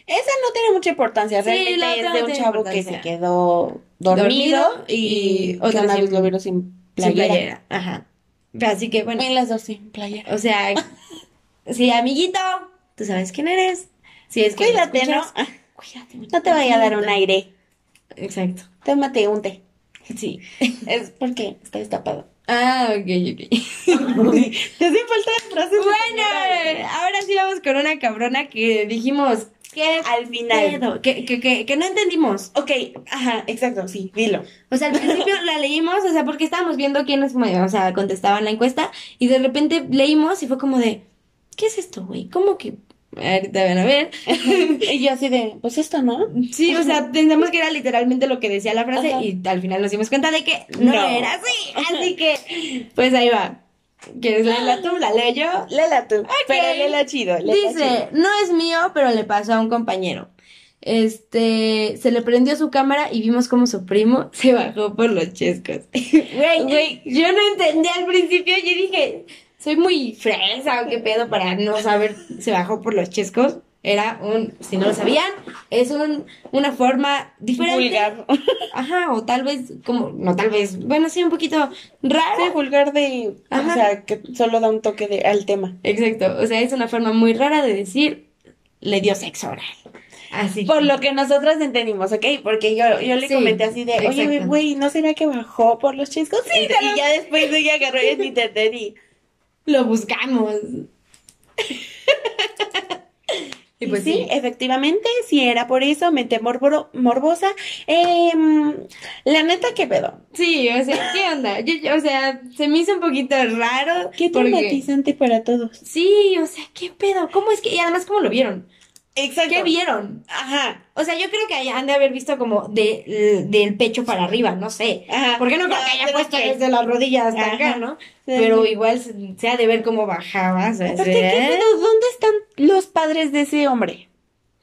Speaker 1: Esa no tiene mucha importancia,
Speaker 2: Sí,
Speaker 1: realmente
Speaker 2: la otra
Speaker 1: es
Speaker 2: no
Speaker 1: de un
Speaker 2: tiene
Speaker 1: chavo que se
Speaker 2: importancia.
Speaker 1: quedó dormido,
Speaker 2: Dormido y
Speaker 1: y, que
Speaker 2: otro
Speaker 1: una
Speaker 2: sin-
Speaker 1: vez lo vieron sin
Speaker 2: sin
Speaker 1: playera.
Speaker 2: playera, ajá. Así que bueno,
Speaker 1: En las dos sin playera.
Speaker 2: o sea, sí, amiguito, tú sabes quién eres. Sí, es que lo
Speaker 1: Cuídate, ¿no? Ah,
Speaker 2: escuchas, Cuídate.
Speaker 1: No te vaya a dar un aire.
Speaker 2: Exacto,
Speaker 1: Tómate un té.
Speaker 2: sí.
Speaker 1: Es porque está destapado.
Speaker 2: Ah, ok, ok.
Speaker 1: Te hacen falta frases. de señora.
Speaker 2: Bueno, ahora sí vamos con una cabrona que dijimos que
Speaker 1: Al final.
Speaker 2: que, que, que, que no entendimos.
Speaker 1: Ok, ajá, exacto, sí, dilo.
Speaker 2: O sea, al principio la leímos, o sea, porque estábamos viendo quiénes, o sea, contestaban la encuesta y de repente leímos y fue como de, ¿qué es esto, güey? ¿Cómo que? Ahorita van a ver.
Speaker 1: Y yo así de, pues esto, ¿no?
Speaker 2: Sí, o sea, pensamos que era literalmente lo que decía la frase
Speaker 1: Ajá.
Speaker 2: y al final nos dimos cuenta de que no,
Speaker 1: No.
Speaker 2: era así. Así que, pues ahí va. ¿Quieres leerla tú? ¿La leo yo?
Speaker 1: Léela tú, pero léela chido. léela
Speaker 2: Dice, no es mío, pero le pasó a un compañero. Este, se le prendió su cámara y vimos como su primo se bajó por los chescos. Güey, güey, yo no entendí al principio, yo dije, soy muy fresa o qué pedo para no saber, se bajó por los chescos. Era un, si no lo sabían, es un, una forma
Speaker 1: chido.
Speaker 2: diferente.
Speaker 1: Vulgar.
Speaker 2: Ajá, o tal vez, como, no tal vez, bueno, sí, un poquito rara.
Speaker 1: Sí, vulgar de.
Speaker 2: Ajá.
Speaker 1: O sea, que solo da un toque de, al tema.
Speaker 2: Exacto, o sea, es una forma muy rara de decir, le dio sexo oral. Así que-
Speaker 1: Por lo que nosotras entendimos, ¿ok? Porque yo, yo le
Speaker 2: Sí,
Speaker 1: comenté así de, oye, güey,
Speaker 2: exacto.
Speaker 1: güey, ¿no será que bajó por los chiscos? Sí,
Speaker 2: te lo-
Speaker 1: y ya después de ella agarró y en internet y...
Speaker 2: Lo buscamos. y
Speaker 1: Y
Speaker 2: pues
Speaker 1: sí,
Speaker 2: sí.
Speaker 1: efectivamente, si era por eso, mente morbo- morbosa. Em, la neta, ¿qué pedo?
Speaker 2: Sí, o sea, ¿qué onda? Yo- yo- o sea, se me hizo un poquito raro.
Speaker 1: Qué
Speaker 2: porque-
Speaker 1: traumatizante para todos.
Speaker 2: Sí, o sea, ¿qué pedo? ¿Cómo es que? Y además, ¿cómo lo vieron?
Speaker 1: Exacto.
Speaker 2: ¿Qué vieron?
Speaker 1: Ajá.
Speaker 2: O sea, yo creo que ahí han de haber visto como de, del pecho para arriba, no sé.
Speaker 1: Ajá.
Speaker 2: Porque no creo que haya puesto desde las rodillas hasta
Speaker 1: Ah, Ajá.
Speaker 2: acá, ¿no?
Speaker 1: Sí.
Speaker 2: Pero igual se, se ha de ver cómo bajaba. o sea,
Speaker 1: Aparte,
Speaker 2: se-
Speaker 1: ¿qué pedo? ¿Dónde están los padres de ese hombre?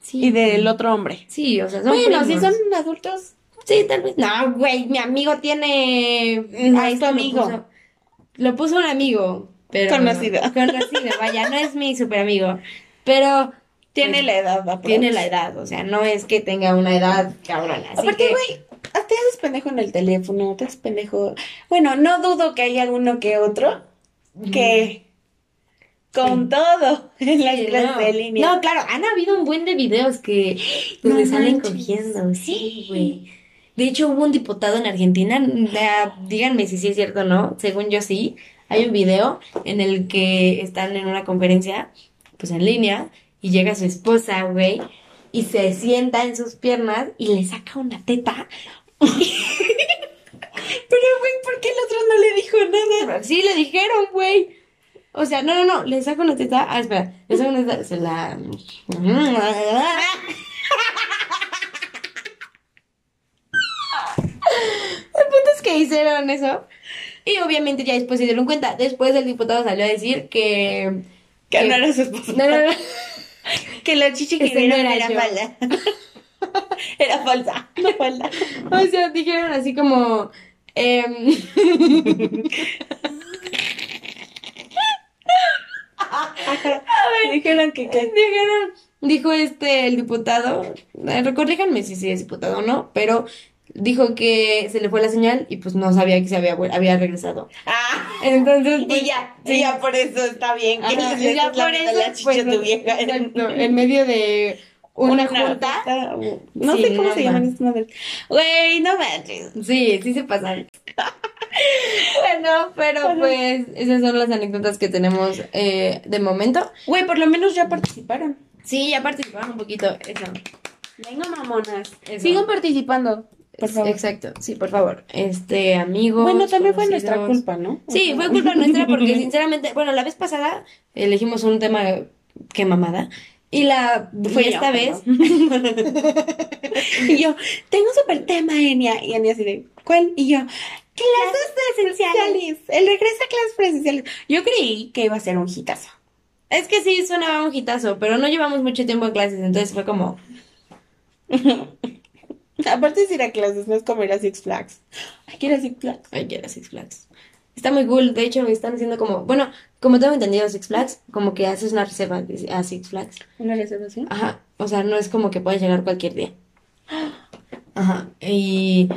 Speaker 2: Sí.
Speaker 1: Y del otro hombre.
Speaker 2: Sí, o sea, son
Speaker 1: Bueno, si
Speaker 2: primos.
Speaker 1: son adultos.
Speaker 2: Sí, tal vez. No, güey, mi amigo tiene.
Speaker 1: No
Speaker 2: Ah,
Speaker 1: es
Speaker 2: es
Speaker 1: tu
Speaker 2: que lo
Speaker 1: amigo.
Speaker 2: puso- Lo puso un amigo. Pero
Speaker 1: Conocido.
Speaker 2: Conocido, vaya, no es mi super amigo. Pero
Speaker 1: Tiene
Speaker 2: pues,
Speaker 1: la edad, va,
Speaker 2: tiene
Speaker 1: pero-
Speaker 2: la edad, o sea, no es que tenga una edad cabrona. Así
Speaker 1: Aparte,
Speaker 2: que-
Speaker 1: güey, ah, te haces pendejo en el teléfono, te haces pendejo. Bueno, no dudo que haya alguno que otro que con todo en las
Speaker 2: Sí,
Speaker 1: clases
Speaker 2: no.
Speaker 1: de línea.
Speaker 2: No, claro, han habido un buen de videos que donde
Speaker 1: No
Speaker 2: salen
Speaker 1: manches.
Speaker 2: cogiendo. Sí,
Speaker 1: Sí.
Speaker 2: güey. De hecho, hubo un diputado en Argentina, na- díganme si sí es cierto o no, según yo sí, hay un video en el que están en una conferencia, pues en línea, y llega su esposa, güey, y se sienta en sus piernas y le saca una teta.
Speaker 1: Pero, güey, ¿por qué el otro no le dijo nada?
Speaker 2: Sí, le dijeron, güey. O sea, no, no, no, le saca una teta. Ah, espera, le saca una teta, se la. El punto es que hicieron eso. Y obviamente ya después se dieron cuenta. Después el diputado salió a decir que.
Speaker 1: Que
Speaker 2: que-
Speaker 1: no era su esposa.
Speaker 2: No, no, no.
Speaker 1: Que la chichi que
Speaker 2: Ese no
Speaker 1: vieron
Speaker 2: era
Speaker 1: era
Speaker 2: yo.
Speaker 1: falda. era falsa, no falda.
Speaker 2: O sea, dijeron así como. em,
Speaker 1: Dijeron que, que-
Speaker 2: dijeron, dijo este el diputado, eh, corríjanme si sí es diputado o no, pero dijo que se le fue la señal y pues no sabía que se había, vuel- había regresado.
Speaker 1: Ah,
Speaker 2: Entonces, pues,
Speaker 1: y ya, y ya por eso está bien. Que
Speaker 2: ajá,
Speaker 1: le
Speaker 2: y ya
Speaker 1: saques la
Speaker 2: por
Speaker 1: mitad a
Speaker 2: eso,
Speaker 1: la chichi
Speaker 2: pues,
Speaker 1: a tu vieja.
Speaker 2: exacto, en medio de una junta.
Speaker 1: junta, No
Speaker 2: Sí,
Speaker 1: sé cómo
Speaker 2: no
Speaker 1: se llaman
Speaker 2: manches.
Speaker 1: estas madres. Güey, no manches.
Speaker 2: Sí, sí se pasan. bueno, pero pues esas son las anécdotas que tenemos eh, de momento.
Speaker 1: Güey, por lo menos ya participaron.
Speaker 2: Sí, ya participaron un poquito. Eso.
Speaker 1: Venga, mamonas.
Speaker 2: Eso.
Speaker 1: Sigan participando. Por favor.
Speaker 2: Exacto, sí, por favor. Este, amigos.
Speaker 1: Bueno, también fue nuestra
Speaker 2: conocidos.
Speaker 1: culpa, ¿no?
Speaker 2: Sí,
Speaker 1: O sea,
Speaker 2: fue culpa nuestra porque sinceramente, bueno, la vez pasada elegimos un tema que mamada y la
Speaker 1: Fui
Speaker 2: y
Speaker 1: yo,
Speaker 2: esta vez
Speaker 1: Y yo, tengo un super tema, Enia. Y Enia así de, ¿cuál? Y yo, clases presenciales. El regreso a clases presenciales. Yo creí que iba a ser un hitazo.
Speaker 2: es que sí sonaba un hitazo, pero no llevamos mucho tiempo en clases, entonces fue como
Speaker 1: Aparte de ir a clases, no es como ir a Six Flags. Ay, quiero Six Flags.
Speaker 2: ay, ya era Six Flags. Está muy cool, de hecho están haciendo como, bueno, como tengo entendido Six Flags, como que haces una reserva a Six Flags.
Speaker 1: ¿Una reservación?
Speaker 2: Ajá, o sea, no es como que puedes llegar cualquier día. Ajá, y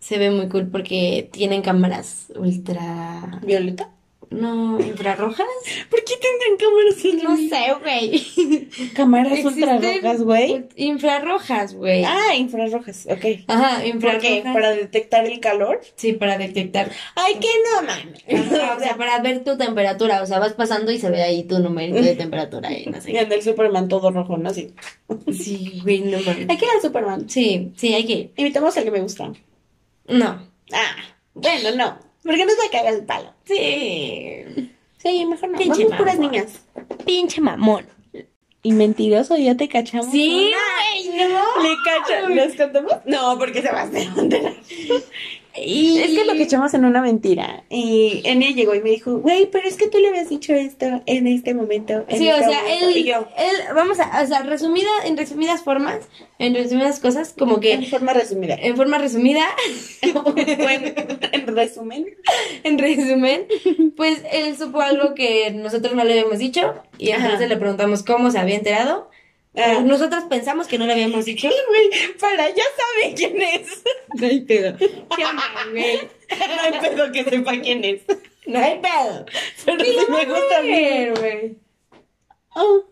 Speaker 2: se ve muy cool porque tienen cámaras ultra
Speaker 1: ¿Violeta?
Speaker 2: No, infrarrojas.
Speaker 1: ¿Por qué tendrán cámaras
Speaker 2: No
Speaker 1: ultra-
Speaker 2: sé, güey.
Speaker 1: Cámaras
Speaker 2: Existen Pues,
Speaker 1: ultrarrojas, güey.
Speaker 2: ult- Infrarrojas, güey.
Speaker 1: Ah, infrarrojas, ok.
Speaker 2: Ajá,
Speaker 1: ¿Por qué?
Speaker 2: infrarrojas.
Speaker 1: ¿Para detectar el calor?
Speaker 2: Sí, para detectar.
Speaker 1: Ay, que no, mames.
Speaker 2: o sea, para ver tu temperatura. O sea, vas pasando y se ve ahí tu numerito de temperatura y no sé
Speaker 1: Y
Speaker 2: qué.
Speaker 1: anda el Superman todo rojo, ¿no? Así.
Speaker 2: Sí, güey, no mames.
Speaker 1: Hay que ir al Superman.
Speaker 2: Sí, sí, hay que ir.
Speaker 1: Invitamos al que me gusta.
Speaker 2: No.
Speaker 1: Ah, bueno, no. Porque nos va a cagar el palo.
Speaker 2: Sí.
Speaker 1: Sí, mejor no.
Speaker 2: Pinche
Speaker 1: Vamos puras
Speaker 2: mamón.
Speaker 1: niñas.
Speaker 2: Pinche mamón.
Speaker 1: Y mentiroso, ya te cachamos.
Speaker 2: Sí,
Speaker 1: ¿no?
Speaker 2: güey, no.
Speaker 1: ¿Le cachan? ¿Nos contamos? No, porque se va a enterar.
Speaker 2: Y...
Speaker 1: Es que lo que echamos en una mentira. Y Enya llegó y me dijo, güey, pero es que tú le habías dicho esto en este momento. en
Speaker 2: Sí, o
Speaker 1: este
Speaker 2: sea,
Speaker 1: momento".
Speaker 2: él,
Speaker 1: Y yo,
Speaker 2: él, vamos a, o sea, resumida, en resumidas formas, en resumidas cosas, como
Speaker 1: en
Speaker 2: que
Speaker 1: forma resumida.
Speaker 2: en forma resumida,
Speaker 1: O en, en resumen.
Speaker 2: en resumen, pues él supo algo que nosotros no le habíamos dicho y
Speaker 1: Ajá.
Speaker 2: entonces le preguntamos cómo se había enterado.
Speaker 1: Ah.
Speaker 2: O Nosotros pensamos que no le habíamos dicho.
Speaker 1: Güey, para, ya sabe quién es.
Speaker 2: No hay pedo. ¿Qué onda, güey?
Speaker 1: No hay pedo que sepa quién es.
Speaker 2: No hay pedo.
Speaker 1: Pero
Speaker 2: Sí,
Speaker 1: sí me gusta a mí.
Speaker 2: güey.
Speaker 1: Oh.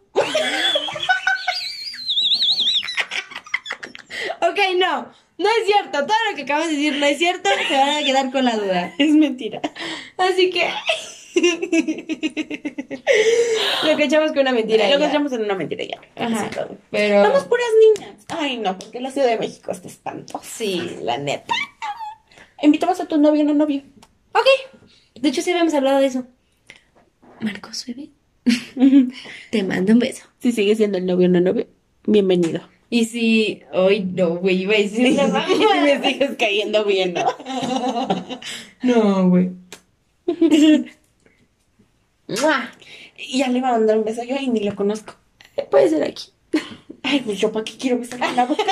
Speaker 2: Ok, no, no es cierto. Todo lo que acabas de decir no es cierto. Se van a quedar con la duda.
Speaker 1: Es mentira.
Speaker 2: Así que. lo que echamos con una mentira.
Speaker 1: Lo
Speaker 2: ya.
Speaker 1: encontramos en una mentira ya.
Speaker 2: Ajá.
Speaker 1: Eso es todo.
Speaker 2: Pero.
Speaker 1: Somos puras niñas. Ay, no, porque la Ciudad de México está espantosa.
Speaker 2: Sí, la neta.
Speaker 1: Invitamos a tu novio o no novio.
Speaker 2: Ok. De hecho, sí habíamos hablado de eso. Marcos, bebé. Te mando un beso.
Speaker 1: Si sigue siendo el novio o no novio, bienvenido.
Speaker 2: Y si. Ay, no, güey. Iba a decir
Speaker 1: Sí,
Speaker 2: una
Speaker 1: sí,
Speaker 2: mamada.
Speaker 1: me sigues cayendo bien, ¿no?
Speaker 2: No, güey. Mua.
Speaker 1: Y ya le iba a mandar un beso yo y ni lo conozco.
Speaker 2: Puede ser aquí.
Speaker 1: Ay, pues yo para qué quiero besar en la boca.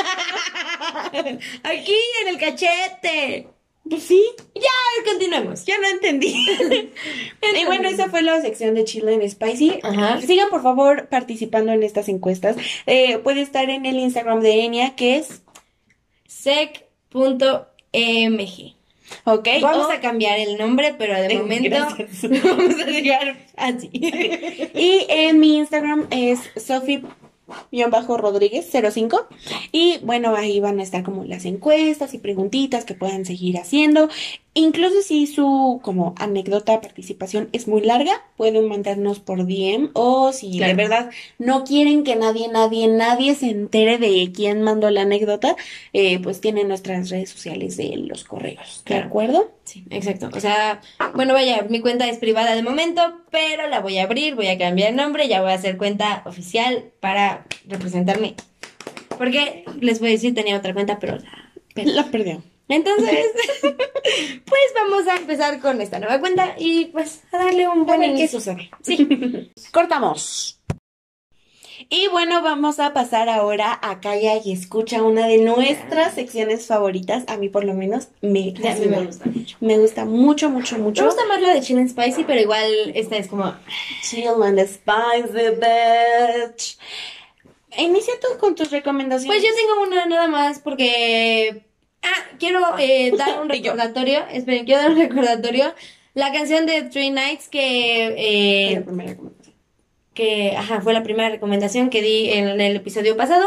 Speaker 2: Aquí, en el cachete.
Speaker 1: Pues sí,
Speaker 2: Ya, continuemos.
Speaker 1: ya no entendí. y bueno, esa fue la sección de Chile en Spicy.
Speaker 2: Ajá.
Speaker 1: Sigan por favor participando en estas encuestas. Eh, puede estar en el Instagram de Enia, que es
Speaker 2: Sec.mg.
Speaker 1: ok.
Speaker 2: Vamos
Speaker 1: o-
Speaker 2: a cambiar el nombre, pero de
Speaker 1: Eh,
Speaker 2: momento
Speaker 1: gracias.
Speaker 2: vamos a llegar así.
Speaker 1: Y en mi Instagram es Sofi-Rodríguez05. Y bueno, ahí van a estar como las encuestas y preguntitas que puedan seguir haciendo. Incluso si su como anécdota participación es muy larga, pueden mandarnos por DM o si
Speaker 2: Claro.
Speaker 1: de verdad no quieren que nadie, nadie, nadie se entere de quién mandó la anécdota, eh, pues tienen nuestras redes sociales de los correos. ¿De
Speaker 2: Claro.
Speaker 1: acuerdo?
Speaker 2: Sí, exacto. O sea, bueno, vaya, mi cuenta es privada de momento, pero la voy a abrir, voy a cambiar el nombre, ya voy a hacer cuenta oficial para representarme. Porque les voy a decir, tenía otra cuenta, pero la... perdí.
Speaker 1: La perdió.
Speaker 2: Entonces, pues vamos a empezar con esta nueva cuenta y pues a darle un buen
Speaker 1: Bueno, ¿qué
Speaker 2: inicio.
Speaker 1: sucede?
Speaker 2: Sí.
Speaker 1: Cortamos. Y bueno, vamos a pasar ahora a Calla y Escucha, una de nuestras secciones favoritas. A mí, por lo menos, me,
Speaker 2: Ah. Ya, sí,
Speaker 1: fascina.
Speaker 2: me gusta mucho.
Speaker 1: Me gusta mucho, mucho, mucho.
Speaker 2: Me gusta más la de Chill and Spicy, pero igual esta es como
Speaker 1: Chill and Spicy Bitch. Inicia tú con tus recomendaciones.
Speaker 2: Pues yo tengo una nada más porque... Ah, quiero eh, dar un
Speaker 1: Y yo.
Speaker 2: recordatorio. Esperen, quiero dar un recordatorio. La canción de Three Nights que...
Speaker 1: Fue
Speaker 2: eh,
Speaker 1: la primera recomendación.
Speaker 2: que ajá, fue la primera recomendación que di en el episodio pasado.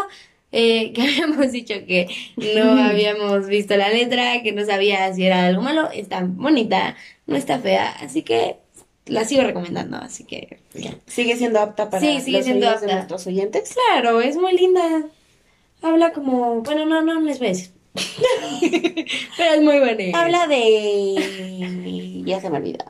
Speaker 2: eh, que habíamos dicho que no habíamos visto la letra, que no sabía si era algo malo. Está bonita, no está fea. Así que la sigo recomendando. Así que... ya.
Speaker 1: ¿Sigue siendo apta para
Speaker 2: Sí, sigue
Speaker 1: los
Speaker 2: siendo
Speaker 1: oídos de
Speaker 2: apta.
Speaker 1: nuestros oyentes?
Speaker 2: Claro, es muy linda. Habla como. Bueno, no, no les voy a decir. Pero es muy buena.
Speaker 1: Habla de... ya se me olvidó.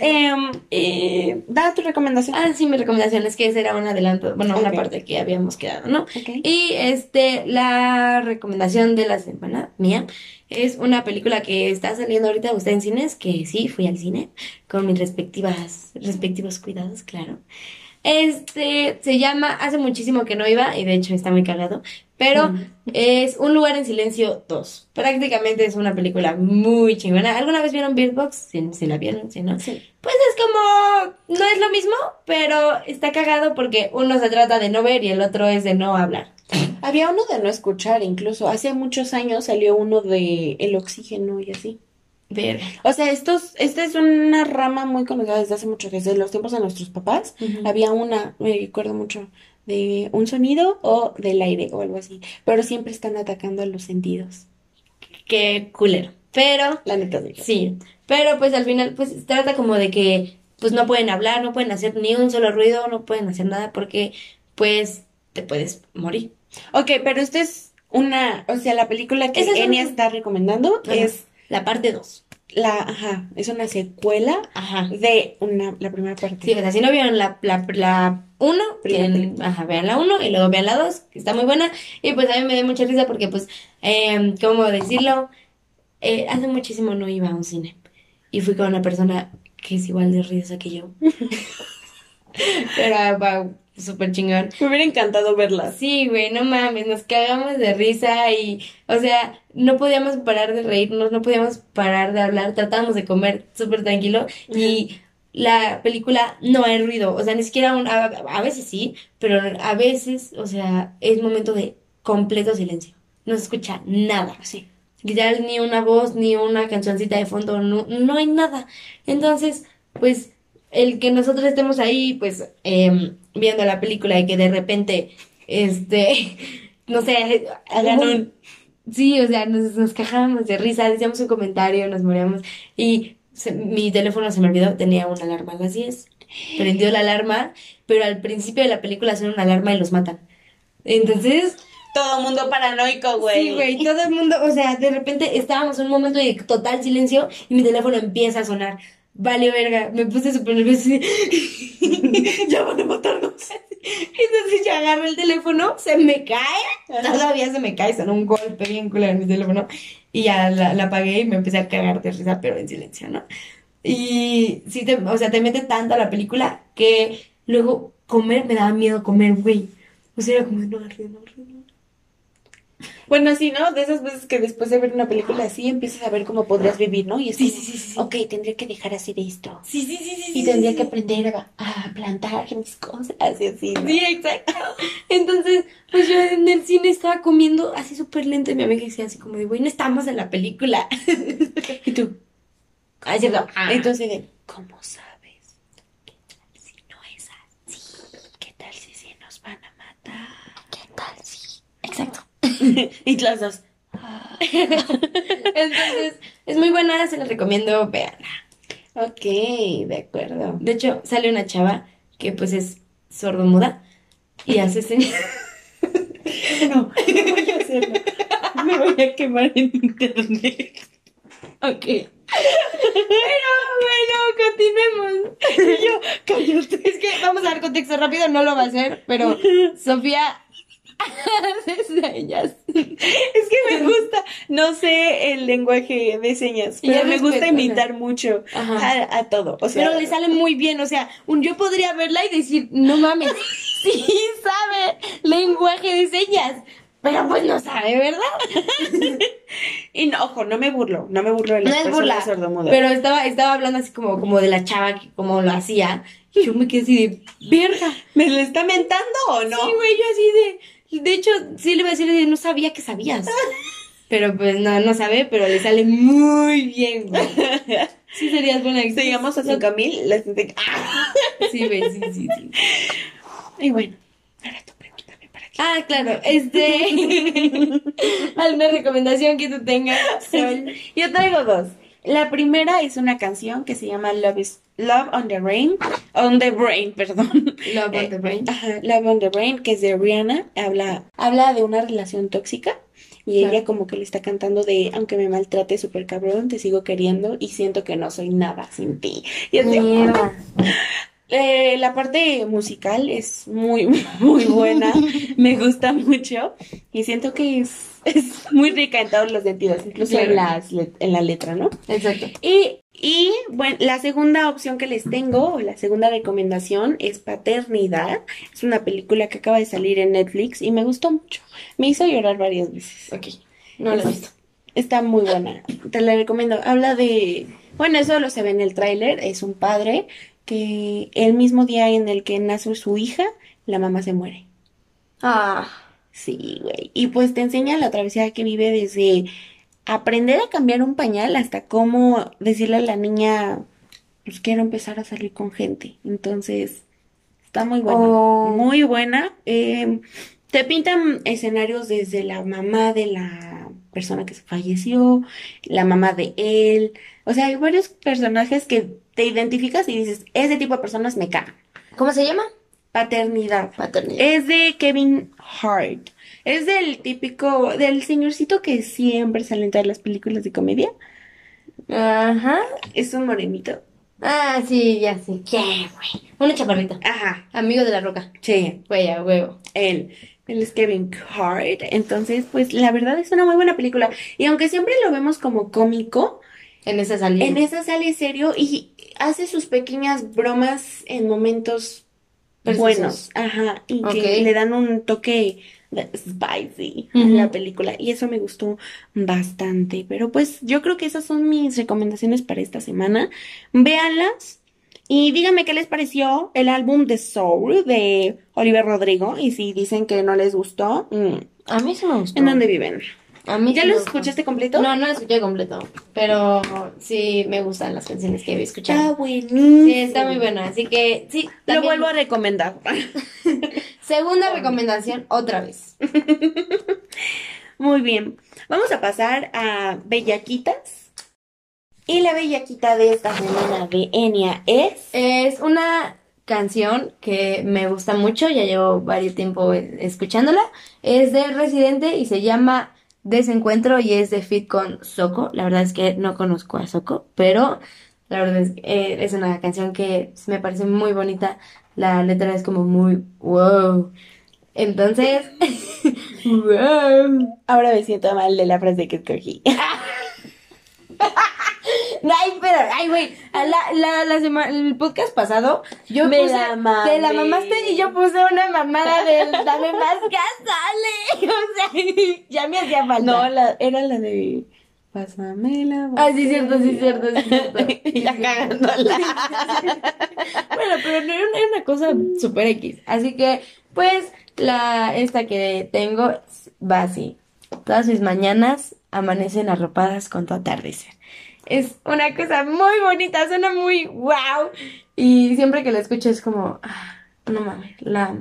Speaker 1: Em, eh, da tu recomendación.
Speaker 2: Ah, sí, mi recomendación es que esa era un adelanto. Bueno, una
Speaker 1: Ok.
Speaker 2: parte que habíamos quedado, ¿no?
Speaker 1: Ok.
Speaker 2: Y este, la recomendación de la semana mía es una película que está saliendo ahorita usted en cines, que sí, fui al cine con mis respectivas, respectivos cuidados, claro. Este se llama, hace muchísimo que no iba y de hecho está muy cargado, pero
Speaker 1: Mm.
Speaker 2: es Un lugar en silencio 2. Prácticamente es una película muy chingona. ¿Alguna vez vieron Bird Box? Si, si la vieron, si no.
Speaker 1: Sí.
Speaker 2: Pues es como, no es lo mismo, pero está cagado porque uno se trata de no ver y el otro es de no hablar.
Speaker 1: Había uno de no escuchar, incluso hace muchos años salió uno de el oxígeno y así.
Speaker 2: Verga.
Speaker 1: O sea, estos, esta es una rama muy conocida desde hace mucho, desde los tiempos de nuestros papás.
Speaker 2: Ujú.
Speaker 1: Había una, me recuerdo mucho, de un sonido o del aire o algo así. Pero siempre están atacando a los sentidos.
Speaker 2: Qué culero. Pero,
Speaker 1: La neta sí.
Speaker 2: sí. Pero pues al final, pues trata como de que, pues no pueden hablar, no pueden hacer ni un solo ruido, no pueden hacer nada porque, pues, te puedes morir.
Speaker 1: Ok, pero esta es una, o sea, la película que
Speaker 2: Esa es
Speaker 1: Enya
Speaker 2: una-
Speaker 1: está recomendando
Speaker 2: Ajá.
Speaker 1: es
Speaker 2: La parte 2.
Speaker 1: la, ajá, es una secuela
Speaker 2: Ajá.
Speaker 1: de una, la primera parte.
Speaker 2: Sí, o sea, si no vieron la, la, la 1,
Speaker 1: Primera película.
Speaker 2: ajá, vean la 1 y luego vean la 2, que está muy buena. Y pues a mí me dio mucha risa porque, pues, eh, ¿cómo decirlo? Eh, hace muchísimo no iba a un cine. Y fui con una persona que es igual de ruidosa que yo. Pero, wow, súper chingón.
Speaker 1: Me hubiera encantado verlas.
Speaker 2: Sí, güey, no mames, nos cagamos de risa y, o sea, no podíamos parar de reírnos, no podíamos parar de hablar, tratábamos de comer súper tranquilo y la película no hay ruido, o sea, ni siquiera un, a, a veces sí, pero a veces, o sea, es momento de completo silencio, no se escucha nada,
Speaker 1: Sí.
Speaker 2: literal ni una voz, ni una cancioncita de fondo, no, no hay nada. Entonces, pues, el que nosotros estemos ahí, pues, em, viendo la película y que de repente, este, no sé,
Speaker 1: Hagan
Speaker 2: hubo-
Speaker 1: un-
Speaker 2: Sí, o sea, nos, nos cajábamos de risa, decíamos un comentario, nos moríamos. Y se- mi teléfono se me olvidó, tenía una alarma a las 10. Prendió la alarma, pero al principio de la película suena una alarma y los matan. Entonces,
Speaker 1: Todo mundo paranoico, güey.
Speaker 2: Sí, güey, todo el mundo, o sea, de repente estábamos en un momento de total silencio y mi teléfono empieza a sonar. Vale, verga, me puse súper nerviosa.
Speaker 1: Ya van a matarnos.
Speaker 2: Entonces yo agarro el teléfono, se me cae, todavía se me cae, sonó un golpe bien culero en mi teléfono y ya la, la apagué y me empecé a cagar de risa, pero en silencio, ¿no? Y sí, te, o sea, te mete tanto a la película que luego comer me daba miedo comer, güey. O sea, era como, no, arriba, no, arriba, no.
Speaker 1: Bueno, sí, ¿no? De esas veces que después de ver una película así empiezas a ver cómo podrías vivir, ¿no? Y es
Speaker 2: Sí,
Speaker 1: como,
Speaker 2: sí, sí, sí.
Speaker 1: ok, tendría que dejar así de esto.
Speaker 2: Sí, sí, sí, sí,
Speaker 1: Y
Speaker 2: sí,
Speaker 1: tendría
Speaker 2: sí,
Speaker 1: que
Speaker 2: sí.
Speaker 1: aprender a, a plantar mis cosas y así, ¿no?
Speaker 2: Sí, exacto. Entonces, pues yo en el cine estaba comiendo así súper lento y mi amiga decía así como de, güey, no estamos en la película.
Speaker 1: Y tú,
Speaker 2: Ah, es cierto. Ah.
Speaker 1: entonces de, ¿cómo sabes? Si no es así, ¿qué tal si sí nos van a matar? ¿Qué tal si?
Speaker 2: Exacto.
Speaker 1: Y las dos.
Speaker 2: Entonces, es muy buena, se la recomiendo, veanla.
Speaker 1: Ok, de acuerdo.
Speaker 2: De hecho, sale una chava que pues es sordomuda y hace señas.
Speaker 1: No, no voy a hacerlo. Me voy a quemar en internet.
Speaker 2: Ok. Pero bueno, continuemos.
Speaker 1: Y yo, cállate.
Speaker 2: Es que vamos a dar contexto rápido, no lo va a hacer, pero Sofía hace señas.
Speaker 1: Es que me gusta, no sé el lenguaje de señas,
Speaker 2: Y
Speaker 1: pero
Speaker 2: es
Speaker 1: me gusta
Speaker 2: respeto,
Speaker 1: imitar mucho
Speaker 2: Ajá.
Speaker 1: a, a todo. O sea,
Speaker 2: Pero le sale muy bien, o sea, un, yo podría verla y decir, no mames, sí sabe lenguaje de señas, pero pues no sabe, ¿verdad?
Speaker 1: y no, ojo, no me burlo, no me burlo de
Speaker 2: No
Speaker 1: las
Speaker 2: pues, es burla,
Speaker 1: personas sordomudas.
Speaker 2: pero estaba, estaba hablando así como, como de la chava, que como lo hacía, y yo me quedé así de, verga,
Speaker 1: ¿Me lo está mentando o no?
Speaker 2: sí, güey, yo así de, de hecho, sí le iba a decir, de, no sabía que sabías, pero pues no, no sabe, pero le sale muy bien, güey. Sí serías buena actriz.
Speaker 1: Si llegamos a 5000, la gente. ¡Ah!
Speaker 2: Sí, güey, sí, sí, sí.
Speaker 1: Y bueno, ahora tú pregúntame para qué.
Speaker 2: Ah, claro, este. ¿Alguna recomendación que tú tengas, Sol?
Speaker 1: Yo traigo dos. La primera es una canción que se llama Love is Love on the Rain, on the Brain, perdón.
Speaker 2: Love on the Brain.
Speaker 1: Ajá, Love on the Brain, que es de Rihanna, habla, habla de una relación tóxica y
Speaker 2: Claro.
Speaker 1: ella como que le está cantando de, aunque me maltrate súper cabrón, te sigo queriendo y siento que no soy nada sin ti. Y es de, "Ah,
Speaker 2: Mierda.
Speaker 1: eh, la parte musical es muy, muy buena, me gusta mucho y siento que es, es muy rica en todos los sentidos, incluso en,
Speaker 2: Claro.
Speaker 1: las let- en la letra, ¿no?
Speaker 2: Exacto.
Speaker 1: Y, y, bueno, la segunda opción que les tengo, o la segunda recomendación, es Paternidad. Es una película que acaba de salir en Netflix y me gustó mucho. Me hizo llorar varias veces.
Speaker 2: Ok. No lo he visto.
Speaker 1: Está muy buena. Te la recomiendo. Habla de... Bueno, eso lo se ve en el tráiler. Es un padre que el mismo día en el que nace su hija, la mamá se muere.
Speaker 2: Ah.
Speaker 1: Sí, güey. Y pues te enseña la travesía que vive desde aprender a cambiar un pañal hasta cómo decirle a la niña, pues quiero empezar a salir con gente. Entonces, está muy buena.
Speaker 2: Oh.
Speaker 1: Muy buena. Eh, te pintan escenarios desde la mamá de la persona que se falleció, la mamá de él. O sea, hay varios personajes que te identificas y dices, ese tipo de personas me cagan.
Speaker 2: ¿Cómo se llama?
Speaker 1: Paternidad.
Speaker 2: Paternidad.
Speaker 1: Es de Kevin Hart. Es del típico, del señorcito que siempre sale en todas las películas de comedia.
Speaker 2: Ajá.
Speaker 1: Es un morenito.
Speaker 2: Ah, sí, ya sé. ¿Quién, güey? Una chaparrita.
Speaker 1: Ajá,
Speaker 2: Amigo de la roca.
Speaker 1: sí,
Speaker 2: Güey, a huevo.
Speaker 1: él. Él es Kevin Hart. Entonces, pues la verdad es una muy buena película. Y aunque siempre lo vemos como cómico,
Speaker 2: En esa salida.
Speaker 1: en esa sale serio y hace sus pequeñas bromas en momentos buenos.
Speaker 2: Precisos.
Speaker 1: Ajá, y
Speaker 2: Ok.
Speaker 1: que le dan un toque de spicy a
Speaker 2: Ujú.
Speaker 1: la película. Y eso me gustó bastante. Pero pues yo creo que esas son mis recomendaciones para esta semana. Véanlas. Y díganme qué les pareció el álbum de Soul de Oliver Rodrigo. Y si dicen que no les gustó, mm,
Speaker 2: A mí sí me gustó.
Speaker 1: ¿en dónde viven?
Speaker 2: A mí
Speaker 1: ¿Ya
Speaker 2: sí me
Speaker 1: lo
Speaker 2: gustó.
Speaker 1: escuchaste completo?
Speaker 2: No, no lo escuché completo. Pero sí me gustan las canciones que he escuchado.
Speaker 1: Está Ah, buenísimo.
Speaker 2: Ah, Sí, está muy buena. Así que sí.
Speaker 1: Lo
Speaker 2: también-
Speaker 1: vuelvo a recomendar.
Speaker 2: Segunda recomendación, otra vez.
Speaker 1: Muy bien, vamos a pasar a Bellaquitas. Y la Bellaquita de esta semana de Enya es...
Speaker 2: Es una canción que me gusta mucho, ya llevo varios tiempo eh, escuchándola. Es de Residente y se llama Desencuentro y es de fit con Soko. La verdad es que no conozco a Soko, pero la verdad es que eh, es una canción que me parece muy bonita. La letra es como muy wow. Entonces, wow.
Speaker 1: Ahora me siento mal de la frase que escogí.
Speaker 2: Ah, Ay, pero, ay, güey, a la, la, la sema- el podcast pasado, yo
Speaker 1: Me
Speaker 2: puse,
Speaker 1: la mamé.
Speaker 2: te la mamaste y yo puse una mamada del dame más gas, dale, o sea, ya me hacía falta.
Speaker 1: No, la, era la de... Pásame la
Speaker 2: Ah, sí, cierto, sí, cierto, sí, cierto.
Speaker 1: Y ya cagándola.
Speaker 2: Bueno, pero no era una, era una cosa super X, así que, pues, la, esta que tengo va así, todas mis mañanas amanecen arropadas con tu atardecer. Es una cosa muy bonita, suena muy wow. Y siempre que la escucho es como, ah, no mames, la amo.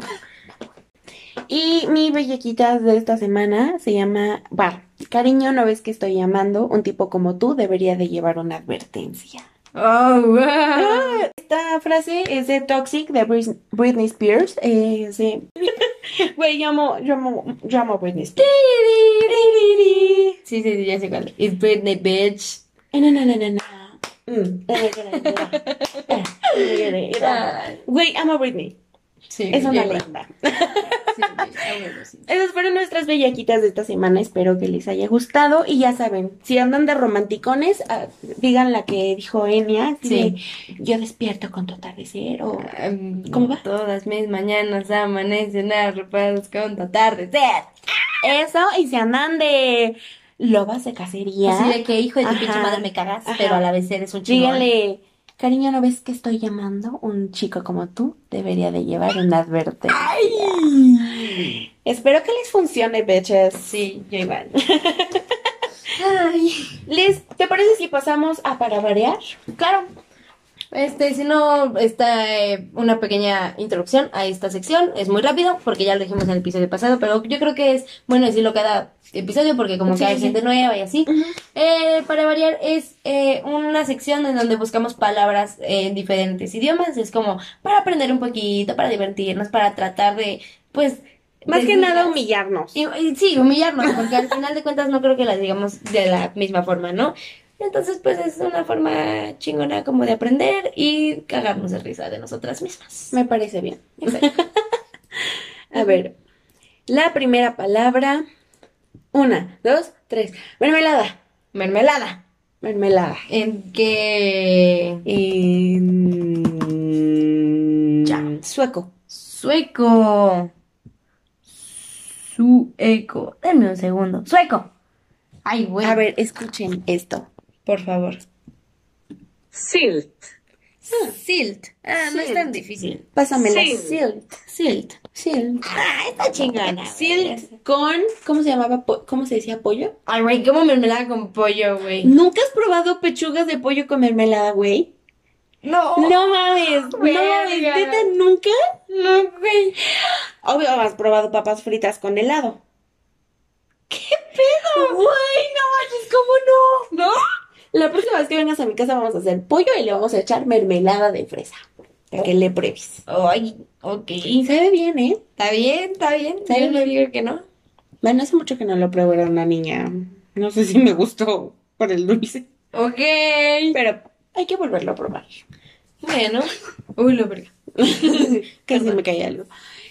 Speaker 1: Y mi Bellaquita de esta semana se llama Bar. Cariño, ¿no ves que estoy llamando? Un tipo como tú debería de llevar una advertencia.
Speaker 2: Oh, wow.
Speaker 1: Ah, Esta frase es de Toxic de Bris- Britney Spears. Eh, sí. Güey, yo amo, yo amo- yo amo a Britney Spears.
Speaker 2: Sí, sí, sí, ya sé cuál. It's Britney, bitch.
Speaker 1: Eh, no, no, no, no, no. Mm. Eh, eh, eh, eh.
Speaker 2: Ay,
Speaker 1: Güey, amo a Britney.
Speaker 2: Sí,
Speaker 1: Es una
Speaker 2: ya,
Speaker 1: leyenda.
Speaker 2: sí, sí, ya, bueno, sí.
Speaker 1: Esas fueron nuestras bellaquitas de esta semana. Espero que les haya gustado. Y ya saben, si andan de romanticones, ah, digan la que dijo Enya. así de, Yo despierto con tu atardecer. O...
Speaker 2: Am,
Speaker 1: ¿Cómo va?
Speaker 2: Em, Todas mis mañanas amanecen arropadas con tu atardecer.
Speaker 1: Eso, y si andan de lobas de cacería.
Speaker 2: Así de que, hijo de tu
Speaker 1: Ajá.
Speaker 2: pinche madre, me cagas,
Speaker 1: Ajá.
Speaker 2: pero a la vez eres un chingón.
Speaker 1: Dígale, cariño, ¿no ves que estoy llamando? Un chico como tú debería de llevar una advertencia.
Speaker 2: ¡Ay!
Speaker 1: Espero que les funcione, bitches.
Speaker 2: Sí, yo igual. Ay.
Speaker 1: Liz, ¿te parece si pasamos a para variar?
Speaker 2: Claro. Este, si no, está eh, una pequeña introducción a esta sección. Es muy rápido porque ya lo dijimos en el episodio pasado, pero yo creo que es bueno decirlo cada episodio porque como
Speaker 1: Sí,
Speaker 2: que hay
Speaker 1: sí,
Speaker 2: gente nueva y así. Eh, para variar, es eh, una sección en donde buscamos palabras en diferentes idiomas. Es como para aprender un poquito, para divertirnos, para tratar de, pues...
Speaker 1: Más que
Speaker 2: desligar-
Speaker 1: nada humillarnos.
Speaker 2: y, y sí, humillarnos, porque al final de cuentas no creo que las digamos de la misma forma, ¿no? Entonces, pues es una forma chingona como de aprender y cagarnos de risa de nosotras mismas.
Speaker 1: Me parece bien. A ver, la primera palabra. Una, dos, tres. Mermelada.
Speaker 2: Mermelada.
Speaker 1: Mermelada.
Speaker 2: ¿En qué?
Speaker 1: En...
Speaker 2: Ya.
Speaker 1: Sueco.
Speaker 2: Sueco. Sueco. Denme un segundo. Sueco. Ay, güey.
Speaker 1: A ver, escuchen esto, por favor.
Speaker 3: Sylt.
Speaker 2: Silt. Ah, no es
Speaker 1: Silt.
Speaker 2: tan difícil.
Speaker 1: Pásame la
Speaker 2: Silt.
Speaker 1: silt.
Speaker 2: Silt. Silt.
Speaker 1: Ah, está chingona.
Speaker 2: Silt.
Speaker 1: Silt con, ¿cómo se llamaba? Po- ¿Cómo se decía pollo?
Speaker 2: Ay, güey, ¿cómo mermelada con pollo, güey?
Speaker 1: ¿Nunca has probado pechugas de pollo con mermelada, güey?
Speaker 2: No.
Speaker 1: No mames, no mames,
Speaker 2: Verga.
Speaker 1: neta, nunca.
Speaker 2: No, güey.
Speaker 1: Obvio, has probado papas fritas con helado.
Speaker 2: Güey, no manches, ¿cómo no? ¿No?
Speaker 1: La próxima vez que vengas a mi casa vamos a hacer pollo y le vamos a echar mermelada de fresa. Para que le pruebes.
Speaker 2: Ay, ok.
Speaker 1: Y sabe bien, ¿eh?
Speaker 2: Está bien, está bien. Yo no digo que no.
Speaker 1: Bueno, hace mucho que no lo pruebo, era una niña. No sé si me gustó por el dulce.
Speaker 2: Ok.
Speaker 1: Pero hay que volverlo a probar.
Speaker 2: Bueno. Uy, lo verga.
Speaker 1: Casi me cae algo.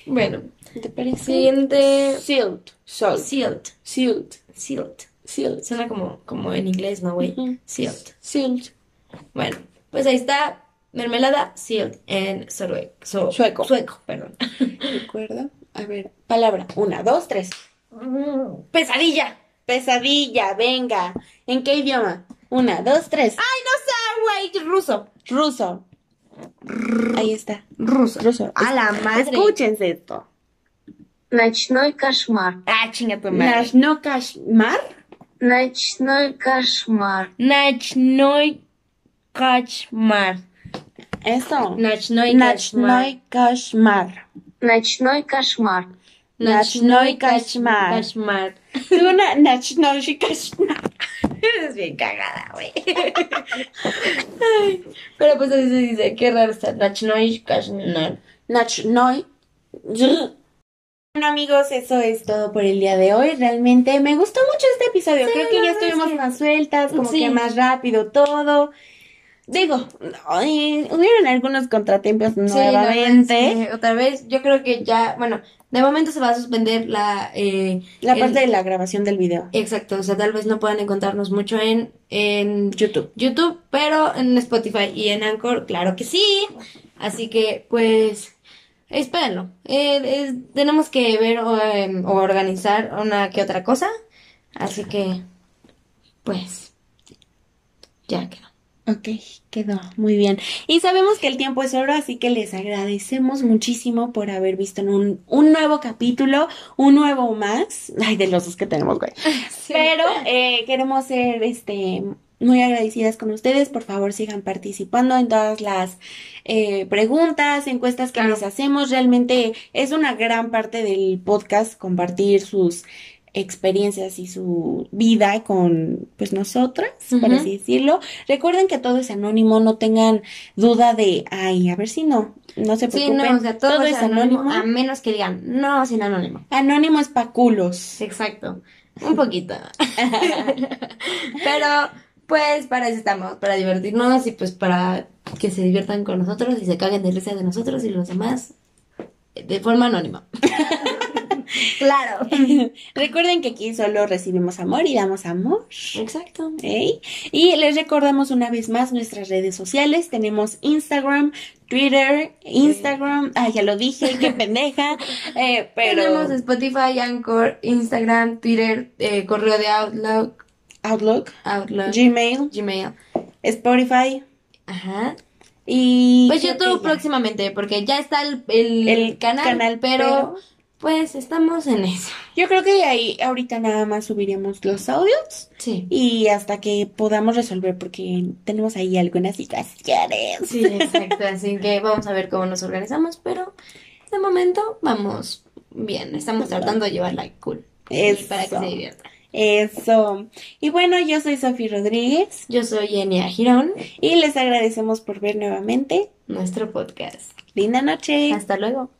Speaker 2: Bueno.
Speaker 1: ¿Te parece?
Speaker 2: Siguiente. Oh,
Speaker 1: Silt. Salt.
Speaker 2: Silt.
Speaker 1: Silt.
Speaker 2: Silt.
Speaker 1: Silt.
Speaker 2: Suena como, como en inglés, ¿no, güey?
Speaker 1: Ujú.
Speaker 2: Silt.
Speaker 1: Silt.
Speaker 2: Bueno, pues ahí está. Mermelada silt en sorue- so-
Speaker 1: Sueco.
Speaker 2: Sueco, perdón.
Speaker 1: ¿De acuerdo? A ver, palabra. Una, dos, tres.
Speaker 2: Pues, Pesadilla.
Speaker 1: Pesadilla, venga. ¿En qué idioma? Una, dos, tres.
Speaker 2: Ay, no sé, güey. Ruso.
Speaker 1: Ruso. Ahí está.
Speaker 2: Ruso.
Speaker 1: Ruso.
Speaker 2: A la madre.
Speaker 1: Escúchense esto.
Speaker 3: Ночной кошмар.
Speaker 2: Ah, chinga tu madre.
Speaker 1: Nashno Kashmar.
Speaker 3: Ночной кошмар.
Speaker 2: Nachnoy Kachmar.
Speaker 1: Eso.
Speaker 2: Nachnoy
Speaker 1: Nashnoy Kashmar.
Speaker 3: Ночной кошмар.
Speaker 1: Nachnoy Kachmar.
Speaker 2: Kachmar.
Speaker 1: Tuve una Nashnoy Kashmar.
Speaker 2: Eres bien cagada, güey. Ay, Pero pues así se dice. Qué raro está. Nachnoy Kachmar.
Speaker 1: Nachnoy. Bueno amigos, eso es todo por el día de hoy. Realmente me gustó mucho este episodio.
Speaker 2: Sí,
Speaker 1: Creo que
Speaker 2: la
Speaker 1: ya
Speaker 2: verdad
Speaker 1: estuvimos
Speaker 2: es que-
Speaker 1: más sueltas, como
Speaker 2: Sí.
Speaker 1: que más rápido todo. Digo, ay, hubieron algunos contratiempos
Speaker 2: Sí, la verdad es
Speaker 1: nuevamente.
Speaker 2: que otra vez, yo creo que ya, bueno, de momento se va a suspender la... eh,
Speaker 1: La
Speaker 2: el-
Speaker 1: parte de la grabación del video.
Speaker 2: Exacto, o sea, tal vez no puedan encontrarnos mucho en, en
Speaker 1: YouTube.
Speaker 2: YouTube, pero en Spotify y en Anchor, claro que sí. Así que, pues, espérenlo. Eh, es- tenemos que ver o, em, o organizar una que otra cosa. Así que, pues, ya quedó.
Speaker 1: Ok, quedó muy bien. Y sabemos que el tiempo es oro, así que les agradecemos muchísimo por haber visto un, un nuevo capítulo, un nuevo más. Ay, de los dos que tenemos, güey. Pero eh, queremos ser este, muy agradecidas con ustedes. Por favor, sigan participando en todas las eh, preguntas, encuestas que
Speaker 2: Claro.
Speaker 1: les hacemos. Realmente es una gran parte del podcast compartir sus experiencias y su vida con pues nosotras, por
Speaker 2: Ujú.
Speaker 1: así decirlo. Recuerden que todo es anónimo, no tengan duda de, ay, a ver si no, no se
Speaker 2: Sí,
Speaker 1: preocupen.
Speaker 2: no, o sea, todo, es anónimo, a
Speaker 1: anónimo.
Speaker 2: menos que digan, no, sin anónimo.
Speaker 1: Anónimo es pa' culos.
Speaker 2: Exacto, un poquito. Pero, pues, para eso estamos, para divertirnos y pues para que se diviertan con nosotros y se caguen de risa de nosotros y los demás de forma anónima. claro.
Speaker 1: Recuerden que aquí solo recibimos amor y damos amor.
Speaker 2: Exacto.
Speaker 1: ¿ok? Y les recordamos una vez más nuestras redes sociales. Tenemos Instagram, Twitter, Instagram. Ah, ya lo dije, qué pendeja. Eh,
Speaker 2: Tenemos
Speaker 1: pero
Speaker 2: Spotify, Anchor, Instagram, Twitter, eh, correo de Outlook,
Speaker 1: Outlook,
Speaker 2: Outlook,
Speaker 1: Gmail,
Speaker 2: Gmail.
Speaker 1: Spotify
Speaker 2: Ajá.
Speaker 1: y...
Speaker 2: Pues
Speaker 1: creo
Speaker 2: YouTube
Speaker 1: que ya.
Speaker 2: próximamente, porque ya está el, el,
Speaker 1: El
Speaker 2: canal,
Speaker 1: canal,
Speaker 2: pero
Speaker 1: pero-
Speaker 2: pues estamos en eso.
Speaker 1: Yo creo que ahí ahorita nada más subiremos los audios
Speaker 2: Sí.
Speaker 1: y hasta que podamos resolver porque tenemos ahí algunas situaciones.
Speaker 2: Sí, exacto. Así que vamos a ver cómo nos organizamos, pero de momento vamos bien. Estamos tratando de llevarla cool. Y
Speaker 1: Eso.
Speaker 2: para que se diviertan.
Speaker 1: Eso. Y bueno, yo soy Sofía Rodríguez
Speaker 2: Yo soy Enia Girón,
Speaker 1: y les agradecemos por ver nuevamente.
Speaker 2: nuestro podcast.
Speaker 1: Linda noche.
Speaker 2: Hasta luego.